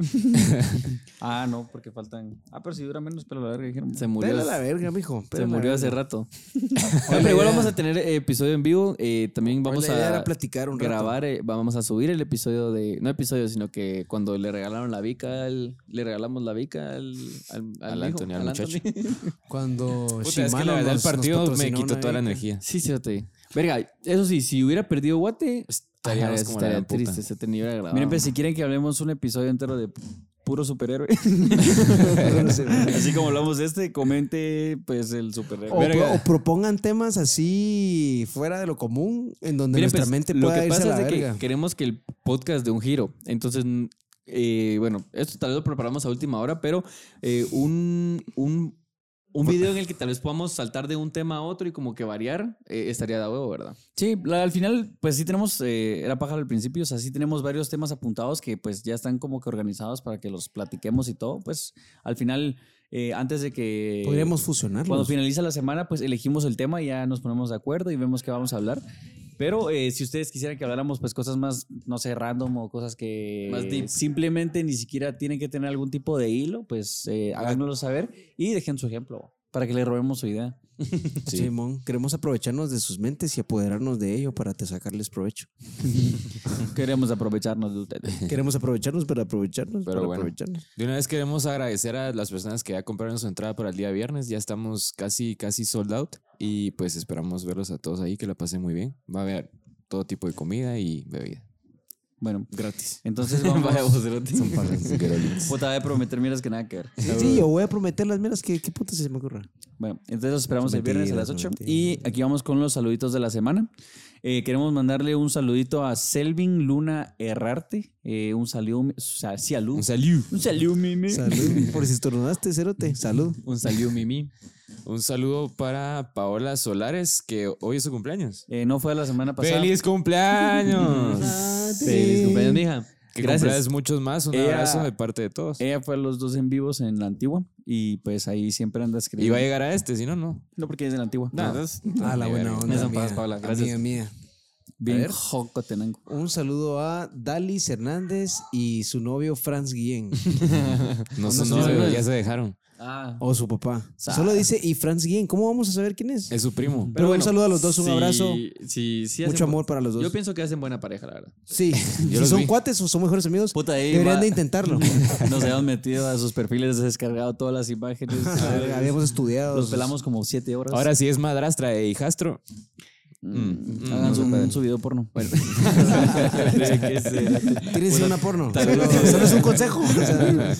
[SPEAKER 1] ah, no, porque faltan. Ah, pero si dura menos, pero la verga dijeron.
[SPEAKER 3] Se murió.
[SPEAKER 2] Pela la verga, mijo.
[SPEAKER 3] Se
[SPEAKER 2] pela la
[SPEAKER 3] murió
[SPEAKER 2] verga.
[SPEAKER 4] [laughs]
[SPEAKER 3] hace rato. No, pero igual vamos a tener eh, episodio en vivo. eh, también
[SPEAKER 2] Hoy
[SPEAKER 3] vamos
[SPEAKER 2] la idea era
[SPEAKER 3] a
[SPEAKER 2] platicar un rato.
[SPEAKER 3] grabar, eh, vamos a subir el episodio de. No episodio, sino que cuando le regalaron la bica, al- le regalamos la bica al. Al,
[SPEAKER 4] Al
[SPEAKER 3] hijo,
[SPEAKER 4] Anthony, al muchacho.
[SPEAKER 3] Anthony.
[SPEAKER 2] Cuando
[SPEAKER 4] Puta, es que la verdad el partido me quitó toda la energía.
[SPEAKER 3] [laughs] Sí, sí, Verga, eso sí, si hubiera perdido Guate,
[SPEAKER 4] Estaríamos
[SPEAKER 3] estaría,
[SPEAKER 4] como la
[SPEAKER 3] estaría
[SPEAKER 4] gran puta.
[SPEAKER 3] triste. Se tenía que grabar.
[SPEAKER 1] Miren, pues si quieren que hablemos un episodio entero de pu- puro superhéroe, [laughs]
[SPEAKER 2] [laughs]
[SPEAKER 1] así como hablamos de este, comente pues el
[SPEAKER 2] O,
[SPEAKER 1] superhéroe.
[SPEAKER 2] pro- o propongan temas así fuera de lo común, en donde
[SPEAKER 3] Miren,
[SPEAKER 2] nuestra
[SPEAKER 3] pues,
[SPEAKER 2] mente
[SPEAKER 3] lo
[SPEAKER 2] pueda
[SPEAKER 3] que
[SPEAKER 2] irse
[SPEAKER 3] pasa
[SPEAKER 2] a la
[SPEAKER 3] es de
[SPEAKER 2] verga.
[SPEAKER 3] que queremos que el podcast de un giro. Entonces, mm, eh, bueno, esto tal vez lo preparamos a última hora, pero eh, un, un, un video en el que tal vez podamos saltar de un tema a otro y como que variar, eh, estaría de huevo, ¿verdad?
[SPEAKER 1] Sí, la- al final, pues sí tenemos, eh, era pájaro al principio, o sea, sí tenemos varios temas apuntados que pues ya están como que organizados para que los platiquemos y todo. Pues al final, eh, antes de que...
[SPEAKER 2] Podríamos
[SPEAKER 1] Cuando
[SPEAKER 2] fusionarlos.
[SPEAKER 1] finaliza la semana, pues elegimos el tema, y ya nos ponemos de acuerdo y vemos qué vamos a hablar. Pero eh, si ustedes quisieran que habláramos, pues cosas más, no sé, random o cosas que
[SPEAKER 3] Más deep.
[SPEAKER 1] simplemente ni siquiera tienen que tener algún tipo de hilo, pues eh, háganoslo saber y dejen su ejemplo para que le robemos su idea.
[SPEAKER 4] Sí.
[SPEAKER 2] Simón, queremos aprovecharnos de sus mentes y apoderarnos de ello para te- sacarles provecho.
[SPEAKER 1] Queremos aprovecharnos de ustedes. [laughs]
[SPEAKER 2] Queremos aprovecharnos para
[SPEAKER 4] Pero
[SPEAKER 2] aprovecharnos. para
[SPEAKER 4] bueno.
[SPEAKER 2] aprovecharnos.
[SPEAKER 4] De una vez queremos agradecer a las personas que ya compraron su entrada para el día viernes. Ya estamos casi, casi sold out. Y pues esperamos verlos a todos ahí, que la pasen muy bien. Va a haber todo tipo de comida y bebida.
[SPEAKER 1] Bueno,
[SPEAKER 4] Gratis.
[SPEAKER 1] entonces vamos.
[SPEAKER 3] [laughs] Vaya vos, cerote.
[SPEAKER 1] Son
[SPEAKER 3] [laughs]
[SPEAKER 1] pajas. Puta, voy a prometer miras que nada que ver.
[SPEAKER 2] Sí, sí, yo voy a prometer las miras que qué puta se me ocurra.
[SPEAKER 1] Bueno, entonces los esperamos el viernes a
[SPEAKER 2] Mentiras,
[SPEAKER 1] las 8.
[SPEAKER 2] mentiras.
[SPEAKER 1] Y aquí vamos con los saluditos de la semana. Eh, queremos mandarle un saludito a Selvin Luna Errarte. Eh, un saludo. sa- salud.
[SPEAKER 4] Un saludo.
[SPEAKER 1] Un saludo, mimi.
[SPEAKER 2] Salud. Por si estornudaste, cerote. Salud.
[SPEAKER 3] Un saludo, Mimi.
[SPEAKER 4] [laughs] Un saludo para Paola Solares, que hoy es su cumpleaños.
[SPEAKER 1] Eh, no fue la semana pasada.
[SPEAKER 4] ¡Feliz cumpleaños!
[SPEAKER 2] [laughs]
[SPEAKER 3] Feliz cumpleaños, mija.
[SPEAKER 4] que
[SPEAKER 3] Gracias.
[SPEAKER 4] cumplas muchos más. Un
[SPEAKER 1] Ella-
[SPEAKER 4] abrazo de parte de todos.
[SPEAKER 1] Ella fue a los dos en vivos en la antigua. Y pues ahí siempre anda
[SPEAKER 4] Y
[SPEAKER 1] escribiendo.
[SPEAKER 4] va a llegar a este, si no, no.
[SPEAKER 1] No, porque es de la antigua.
[SPEAKER 4] No.
[SPEAKER 2] Ah, la buena onda.
[SPEAKER 3] Esas son
[SPEAKER 2] mía.
[SPEAKER 3] pajas, Paola. Gracias.
[SPEAKER 2] Amiga mía.
[SPEAKER 1] Bien, jocotenango.
[SPEAKER 2] Un saludo a Dalis Hernández y su novio Franz Guillén.
[SPEAKER 4] No son
[SPEAKER 2] son
[SPEAKER 4] novios,
[SPEAKER 2] novios.
[SPEAKER 4] ya se dejaron.
[SPEAKER 1] Ah.
[SPEAKER 2] o su papá. Solo dice y Franz Guillén. ¿Cómo vamos a saber quién es?
[SPEAKER 4] Es su primo.
[SPEAKER 2] Pero un saludo a los dos, un
[SPEAKER 3] sí,
[SPEAKER 2] abrazo.
[SPEAKER 3] sí, sí hacen
[SPEAKER 2] Mucho
[SPEAKER 3] bu-
[SPEAKER 2] amor para los dos.
[SPEAKER 3] Yo pienso que hacen buena pareja, la
[SPEAKER 2] [laughs]
[SPEAKER 3] verdad. [laughs]
[SPEAKER 2] sí. si
[SPEAKER 4] los
[SPEAKER 2] son
[SPEAKER 4] vi.
[SPEAKER 2] cuates o son mejores amigos,
[SPEAKER 1] Puta, ahí
[SPEAKER 2] deberían
[SPEAKER 1] va-
[SPEAKER 2] de intentarlo. [laughs]
[SPEAKER 1] Nos habíamos metido a sus perfiles, descargado todas las imágenes.
[SPEAKER 2] [laughs] Habíamos estudiado.
[SPEAKER 1] Los pelamos como siete horas.
[SPEAKER 4] Ahora sí es madrastra e hijastro.
[SPEAKER 1] Mm, hagan su, su video porno.
[SPEAKER 2] ¿Quieren ser una porno? Solo, solo es un consejo. O [laughs] sea,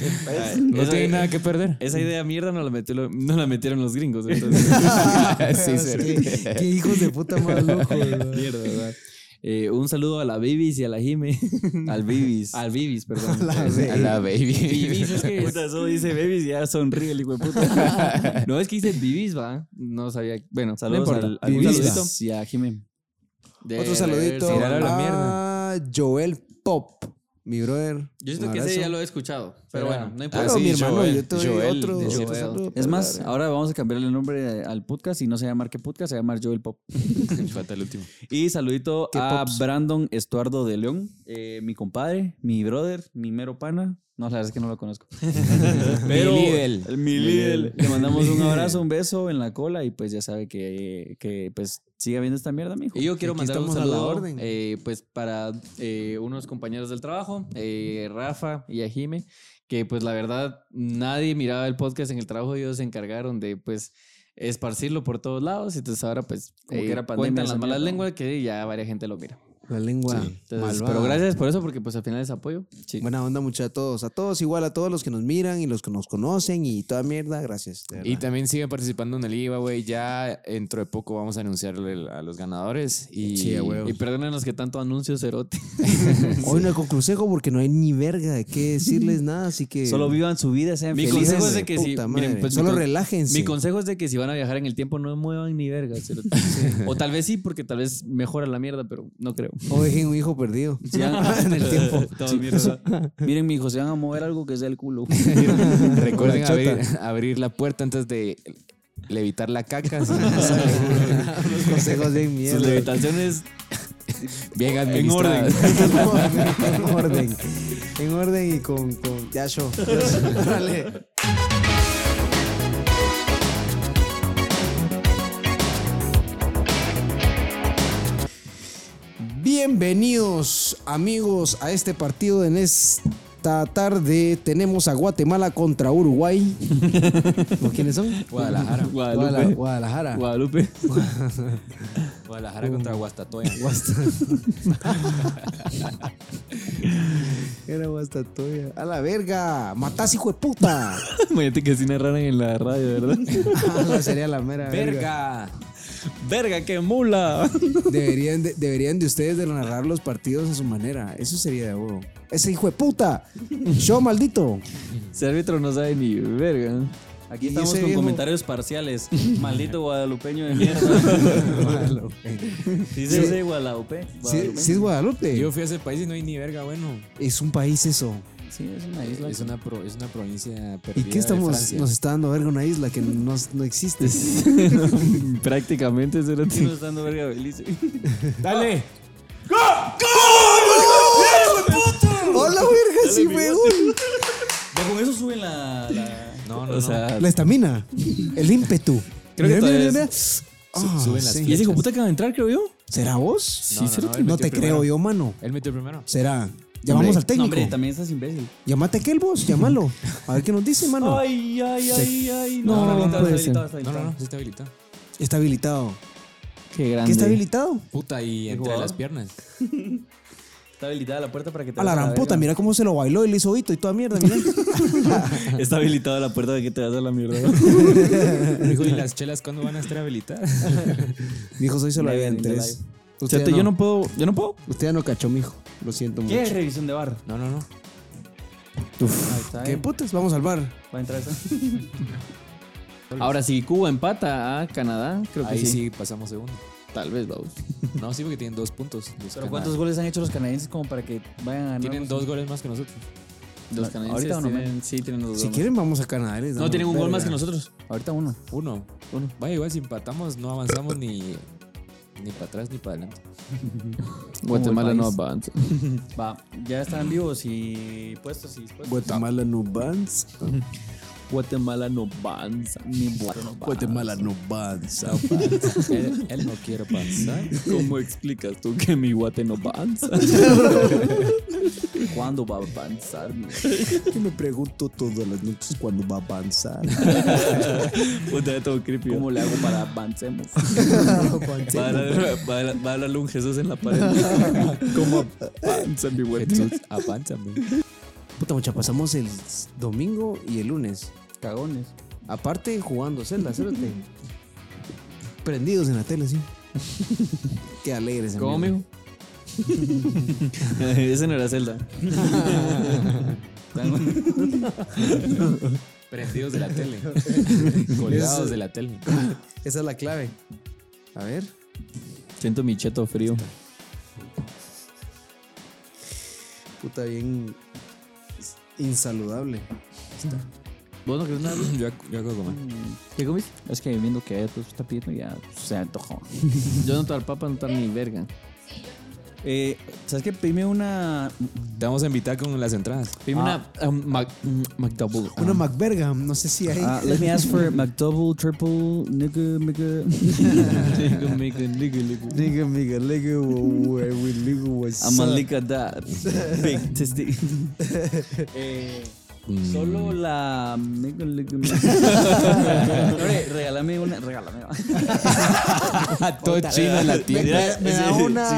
[SPEAKER 4] No
[SPEAKER 3] Esa-
[SPEAKER 4] tiene nada que
[SPEAKER 2] [laughs]
[SPEAKER 4] perder.
[SPEAKER 3] Esa idea mierda no la, metió lo- no la metieron los gringos. entonces.
[SPEAKER 4] [laughs] sí,
[SPEAKER 2] es
[SPEAKER 4] cero.
[SPEAKER 2] que- Ah, [laughs] Qué hijos de puta más loco.
[SPEAKER 3] Mierda, ¿verdad? Eh, un saludo a la Bibis y a la Jime.
[SPEAKER 1] Al Bibis.
[SPEAKER 3] Al Bibis, perdón.
[SPEAKER 4] A la baby.
[SPEAKER 3] Bibis es que.
[SPEAKER 1] Puta, solo dice Bibis y ya sonríe el hijo de puta.
[SPEAKER 3] No, es que dice Bibis, va. No sabía. Bueno,
[SPEAKER 1] Saludos
[SPEAKER 3] no importa.
[SPEAKER 1] al, al
[SPEAKER 3] Un
[SPEAKER 1] Bibis
[SPEAKER 3] saludito.
[SPEAKER 1] y a Jimé.
[SPEAKER 3] De
[SPEAKER 2] Otro
[SPEAKER 3] reversa.
[SPEAKER 2] saludito Ah.
[SPEAKER 4] tirar a la
[SPEAKER 2] a Joel Pop, mi brother.
[SPEAKER 3] Yo
[SPEAKER 2] Un
[SPEAKER 3] siento que ese
[SPEAKER 2] abrazo.
[SPEAKER 3] ya lo he escuchado. Pero
[SPEAKER 1] Será.
[SPEAKER 3] bueno, no
[SPEAKER 2] Claro,
[SPEAKER 4] Ah,
[SPEAKER 3] importa.
[SPEAKER 4] sí,
[SPEAKER 2] mi hermano,
[SPEAKER 4] Joel,
[SPEAKER 2] yo te doy
[SPEAKER 4] Joel,
[SPEAKER 2] otro,
[SPEAKER 4] de
[SPEAKER 2] otro
[SPEAKER 3] cierto.
[SPEAKER 2] saludo
[SPEAKER 1] Es
[SPEAKER 2] para-
[SPEAKER 1] más, ahora vamos a cambiarle el nombre al podcast y no se va a llamar qué podcast, se va a llamar Joel
[SPEAKER 4] [laughs]
[SPEAKER 1] Pop.
[SPEAKER 4] Falta el último.
[SPEAKER 1] Y saludito
[SPEAKER 2] ¿Qué
[SPEAKER 1] a
[SPEAKER 2] pops?
[SPEAKER 1] Brandon Estuardo de León, eh, mi compadre, mi brother, mi mero pana. No, la verdad es que no lo conozco. Pero
[SPEAKER 4] Mi Lidl.
[SPEAKER 1] el- mi Lidl. Le mandamos un abrazo, un beso en la cola y pues ya sabe que, que pues siga viendo esta mierda, mijo.
[SPEAKER 3] Y yo quiero
[SPEAKER 2] Aquí
[SPEAKER 3] mandar un
[SPEAKER 2] estamos a la
[SPEAKER 3] saludo
[SPEAKER 2] orden.
[SPEAKER 3] eh, pues para eh, unos compañeros del trabajo, eh, Rafa y Ajime, que pues la verdad nadie miraba el podcast en el trabajo, ellos se encargaron de pues esparcirlo por todos lados y entonces ahora pues
[SPEAKER 1] Como
[SPEAKER 3] eh,
[SPEAKER 1] que era pandemia
[SPEAKER 3] cuentan
[SPEAKER 1] esa
[SPEAKER 3] las malas
[SPEAKER 1] mierda.
[SPEAKER 3] lenguas que ya varias gente lo mira.
[SPEAKER 2] La lengua
[SPEAKER 3] Entonces,
[SPEAKER 2] malvada.
[SPEAKER 3] pero gracias por eso porque pues al final es apoyo.
[SPEAKER 2] Buena onda mucho a todos, a todos igual, a todos los que nos miran y los que nos conocen y toda mierda, gracias. de
[SPEAKER 4] Y
[SPEAKER 2] verdad.
[SPEAKER 4] también sigue participando en el IVA, güey. Ya dentro de poco vamos a anunciarle a los
[SPEAKER 2] [laughs]
[SPEAKER 4] ganadores. Y,
[SPEAKER 2] Sí, a huevo.
[SPEAKER 3] Y perdónenos que tanto anuncio cerote.
[SPEAKER 2] Hoy no hay con consejo porque no hay ni verga de
[SPEAKER 3] [laughs]
[SPEAKER 2] qué decirles nada, así que
[SPEAKER 1] Solo vivan su vida, sean
[SPEAKER 3] Mi
[SPEAKER 1] felices.
[SPEAKER 3] consejo es de que si-
[SPEAKER 2] puta
[SPEAKER 3] miren,
[SPEAKER 2] madre,
[SPEAKER 3] pues, mi
[SPEAKER 2] solo
[SPEAKER 3] con-
[SPEAKER 2] relájense.
[SPEAKER 3] Mi consejo es de que si van a viajar en el tiempo no muevan ni verga. cerote. O tal vez sí porque tal vez mejora la mierda, pero no creo.
[SPEAKER 2] O dejen un hijo
[SPEAKER 3] [laughs]
[SPEAKER 2] perdido [laughs] en el tiempo.
[SPEAKER 1] [laughs]
[SPEAKER 3] Todo mierda.
[SPEAKER 1] Miren, mijo, se van a mover algo que sea el culo.
[SPEAKER 4] Recuerden abrir, [laughs] abrir la puerta antes de levitar la
[SPEAKER 2] [laughs]
[SPEAKER 4] caca. si no sale.
[SPEAKER 2] Los consejos de
[SPEAKER 3] Sus
[SPEAKER 2] mierda.
[SPEAKER 3] levitaciones
[SPEAKER 4] Bien administradas.
[SPEAKER 2] en orden. En orden y con, con ya yo. Dale. Bienvenidos amigos a este partido en esta tarde tenemos a Guatemala contra Uruguay. ¿O ¿Quiénes son?
[SPEAKER 4] Guadalajara.
[SPEAKER 2] Guadala- Guadalajara.
[SPEAKER 3] Guadalupe.
[SPEAKER 4] Guadalajara contra
[SPEAKER 2] [laughs]
[SPEAKER 4] Guastatoya.
[SPEAKER 2] Era Guastatoya. A la verga, matás hijo de puta.
[SPEAKER 3] Imagínate que sí narraran en la radio,
[SPEAKER 1] [laughs]
[SPEAKER 3] ¿verdad?
[SPEAKER 2] Ala, sería la mera verga.
[SPEAKER 4] Verga.
[SPEAKER 3] ¡Verga, qué mula!
[SPEAKER 2] Deberían de, deberían de ustedes de narrar los partidos a su manera. Eso sería de oro. Ese hijo de puta. Yo maldito.
[SPEAKER 3] Ese árbitro no sabe ni verga.
[SPEAKER 1] Aquí
[SPEAKER 2] Y
[SPEAKER 1] estamos
[SPEAKER 2] ese
[SPEAKER 1] con
[SPEAKER 2] viejo-
[SPEAKER 1] comentarios parciales. Maldito guadalupeño de mierda. Dice ese Guadalupe.
[SPEAKER 2] Sí,
[SPEAKER 1] Guadalupe.
[SPEAKER 2] sí es Guadalupe.
[SPEAKER 4] Yo fui a ese país y no hay ni verga, bueno.
[SPEAKER 2] Es un país eso.
[SPEAKER 1] Sí, es una isla.
[SPEAKER 4] Es una, pro- es una provincia
[SPEAKER 2] ¿Y
[SPEAKER 4] perdida.
[SPEAKER 2] qué
[SPEAKER 4] de
[SPEAKER 2] estamos?
[SPEAKER 4] Francia.
[SPEAKER 2] Nos está dando verga una isla que no, no existe.
[SPEAKER 3] Prácticamente,
[SPEAKER 1] Sí, nos
[SPEAKER 3] cerote.
[SPEAKER 1] está dando verga Belice.
[SPEAKER 4] [laughs] ¡Dale!
[SPEAKER 2] ¡Hola, verga! Sí, fue gol.
[SPEAKER 1] Ya con eso suben la. la-
[SPEAKER 4] No, no,
[SPEAKER 3] O sea,
[SPEAKER 2] La estamina. El ímpetu.
[SPEAKER 3] Creo que todavía es-
[SPEAKER 2] Ah,
[SPEAKER 4] suben las
[SPEAKER 2] sí.
[SPEAKER 3] ¿y ese hijo puta que va a entrar, creo yo?
[SPEAKER 2] ¿Será vos?
[SPEAKER 4] No, no, no,
[SPEAKER 2] cerote.
[SPEAKER 4] él
[SPEAKER 2] no
[SPEAKER 4] metió
[SPEAKER 2] te
[SPEAKER 4] primero.
[SPEAKER 2] creo yo, mano.
[SPEAKER 4] Él metió primero.
[SPEAKER 2] ¿Será? Llamamos al
[SPEAKER 1] No,
[SPEAKER 2] técnico.
[SPEAKER 1] hombre, también estás imbécil.
[SPEAKER 2] Llámate aquel vos, llámalo. A ver qué nos dice, mano.
[SPEAKER 1] Ay, ay, ay, ay.
[SPEAKER 2] No, no, no
[SPEAKER 1] está
[SPEAKER 2] puede
[SPEAKER 1] habilitado,
[SPEAKER 2] ser.
[SPEAKER 1] está
[SPEAKER 4] No, no,
[SPEAKER 1] habilitado.
[SPEAKER 4] no, sí está habilitado.
[SPEAKER 2] Está habilitado.
[SPEAKER 3] Qué grande.
[SPEAKER 2] ¿Qué está habilitado?
[SPEAKER 4] "Ah". Puta, y entre [laughs]
[SPEAKER 1] jugador?
[SPEAKER 4] las piernas.
[SPEAKER 1] Está habilitada la puerta para que te
[SPEAKER 6] A la
[SPEAKER 1] vas
[SPEAKER 6] gran puta,
[SPEAKER 1] verga.
[SPEAKER 6] mira cómo se lo bailó y le hizo hito y toda mierda,
[SPEAKER 2] [laughs]
[SPEAKER 6] mira.
[SPEAKER 1] Está habilitada la puerta de que te vas a la mierda.
[SPEAKER 4] Digo, ¿y las chelas cuándo van a estar habilitadas?
[SPEAKER 2] Dijo, soy solo
[SPEAKER 1] Never
[SPEAKER 2] había en
[SPEAKER 1] in the
[SPEAKER 2] tres.
[SPEAKER 1] life.
[SPEAKER 2] Usted,
[SPEAKER 3] Chate,
[SPEAKER 2] ya no,
[SPEAKER 3] yo no puedo. Yo no puedo.
[SPEAKER 2] usted ya no cachó, mijo. Lo siento
[SPEAKER 1] ¿Qué
[SPEAKER 2] mucho.
[SPEAKER 1] revisión de bar?
[SPEAKER 4] No, no, no.
[SPEAKER 1] Ahí está,
[SPEAKER 2] ¿Qué
[SPEAKER 1] ¿eh?
[SPEAKER 2] putas? Vamos al bar.
[SPEAKER 1] Va a
[SPEAKER 3] [laughs]
[SPEAKER 1] entrar esa.
[SPEAKER 3] Ahora, si Cuba empata a Canadá, creo que
[SPEAKER 4] Ahí
[SPEAKER 3] sí.
[SPEAKER 4] sí pasamos segundo.
[SPEAKER 3] Tal vez, vamos.
[SPEAKER 4] No, sí, porque tienen dos puntos. los
[SPEAKER 1] Pero
[SPEAKER 4] Canadá.
[SPEAKER 1] ¿cuántos goles han hecho los canadienses como para que vayan a ganar?
[SPEAKER 4] Tienen dos goles más que nosotros.
[SPEAKER 3] Los canadienses
[SPEAKER 1] ahorita o no,
[SPEAKER 3] tienen, sí tienen dos
[SPEAKER 2] Si
[SPEAKER 3] goles.
[SPEAKER 2] quieren, vamos a Canadá. les
[SPEAKER 3] No
[SPEAKER 2] damos
[SPEAKER 3] tienen un gol
[SPEAKER 2] verga.
[SPEAKER 3] más que nosotros.
[SPEAKER 1] Ahorita uno.
[SPEAKER 4] Uno. Uno. Vaya, igual si empatamos, no avanzamos ni, ni para atrás ni para adelante. [clears throat]
[SPEAKER 3] Guatemala no
[SPEAKER 1] país.
[SPEAKER 3] avanza. [laughs]
[SPEAKER 1] Va, ya están vivos y puestos y dispuestos.
[SPEAKER 6] Guatemala no Vans.
[SPEAKER 3] Guatemala no avanza. Ni
[SPEAKER 6] Guatemala no Vans.
[SPEAKER 1] [laughs]
[SPEAKER 4] él, él no quiere pasar.
[SPEAKER 3] ¿Cómo explicas tú que mi guate no avanza?
[SPEAKER 1] ¿Cuándo va a avanzar?
[SPEAKER 6] Que me pregunto todas las noches cuándo va a
[SPEAKER 1] [laughs]
[SPEAKER 6] avanzar.
[SPEAKER 3] Puta, ya todo creepy.
[SPEAKER 1] ¿Cómo le hago para avancemos?
[SPEAKER 3] [laughs] Va a hablar- va a hablar- va a hablarle un Jesús en la pared. ¿Cómo avanza mi guate?
[SPEAKER 4] Jesús, apánchame.
[SPEAKER 2] Puta, mucha, pasamos el s- domingo y el lunes.
[SPEAKER 1] Cagones.
[SPEAKER 2] Aparte, jugando Zelda, [laughs] cérate. Prendidos en la tele, [laughs] sí. Qué alegres,
[SPEAKER 3] ¿Cómo,
[SPEAKER 2] amigo.
[SPEAKER 1] [laughs]
[SPEAKER 3] mijo? Ese no era Zelda. [laughs]
[SPEAKER 4] Prendidos de la tele. Colgados de la tele.
[SPEAKER 2] [laughs] Esa es la clave. A ver.
[SPEAKER 3] Siento mi cheto frío.
[SPEAKER 2] Puta, bien insaludable.
[SPEAKER 3] ¿Vos no crees nada?
[SPEAKER 4] Yo, ac- yo acabo de comer.
[SPEAKER 1] ¿Qué comes? Es que viendo que esto está pidiendo ya se antojó.
[SPEAKER 3] Yo no tal papa, no tal ni verga.
[SPEAKER 1] Eh, ¿Sabes qué? Pedime una.
[SPEAKER 4] Te vamos a invitar con las entradas.
[SPEAKER 3] Dime una um, Mac- mm, McDouble.
[SPEAKER 2] Ah.
[SPEAKER 6] Una McVerga, no sé si hay.
[SPEAKER 2] [laughs]
[SPEAKER 1] Ah, let me ask for McDouble, triple, nigga, nigga.
[SPEAKER 3] Nigga, nigga, nigga, nigga.
[SPEAKER 6] Nigga, nigga, nigga, wo- wo- we nigga, what's
[SPEAKER 1] I'm a
[SPEAKER 6] up?
[SPEAKER 1] lick at that. Big testy. eh, solo la. Mm. nigga, nigga, [laughs] nigga. Lore, regálame una. Regálame.
[SPEAKER 4] Todo chino en la
[SPEAKER 6] Me,
[SPEAKER 4] tienda.
[SPEAKER 6] me da una.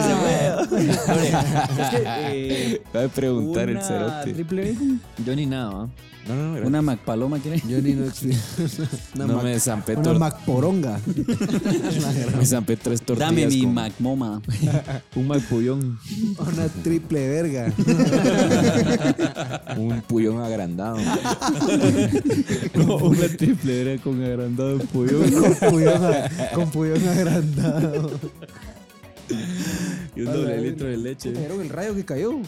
[SPEAKER 1] [laughs] Lore, es que.
[SPEAKER 4] [laughs]
[SPEAKER 1] Eh,
[SPEAKER 4] Va a preguntar el
[SPEAKER 1] una
[SPEAKER 4] cerote.
[SPEAKER 1] triple bacon.
[SPEAKER 3] Yo ni nada, ¿va?
[SPEAKER 4] No, no, no. gracias.
[SPEAKER 1] Una McPaloma, ¿quieres?
[SPEAKER 2] Yo ni no
[SPEAKER 6] [laughs]
[SPEAKER 2] explico.
[SPEAKER 4] No,
[SPEAKER 2] Una ma-
[SPEAKER 4] me San
[SPEAKER 6] Una
[SPEAKER 4] Petro.
[SPEAKER 2] [laughs]
[SPEAKER 6] macporonga.
[SPEAKER 4] [laughs] me San Petro es tortillas
[SPEAKER 1] Dame mi
[SPEAKER 4] con-
[SPEAKER 1] McMoma.
[SPEAKER 3] Un McPullón.
[SPEAKER 6] Una triple verga.
[SPEAKER 4] Un puyón
[SPEAKER 6] [laughs]
[SPEAKER 4] agrandado.
[SPEAKER 3] una triple era con agrandado de pullón.
[SPEAKER 6] con, puyón, a- con puyón agrandado.
[SPEAKER 3] Y un doble litro de leche.
[SPEAKER 2] ¿Vieron el rayo que cayó?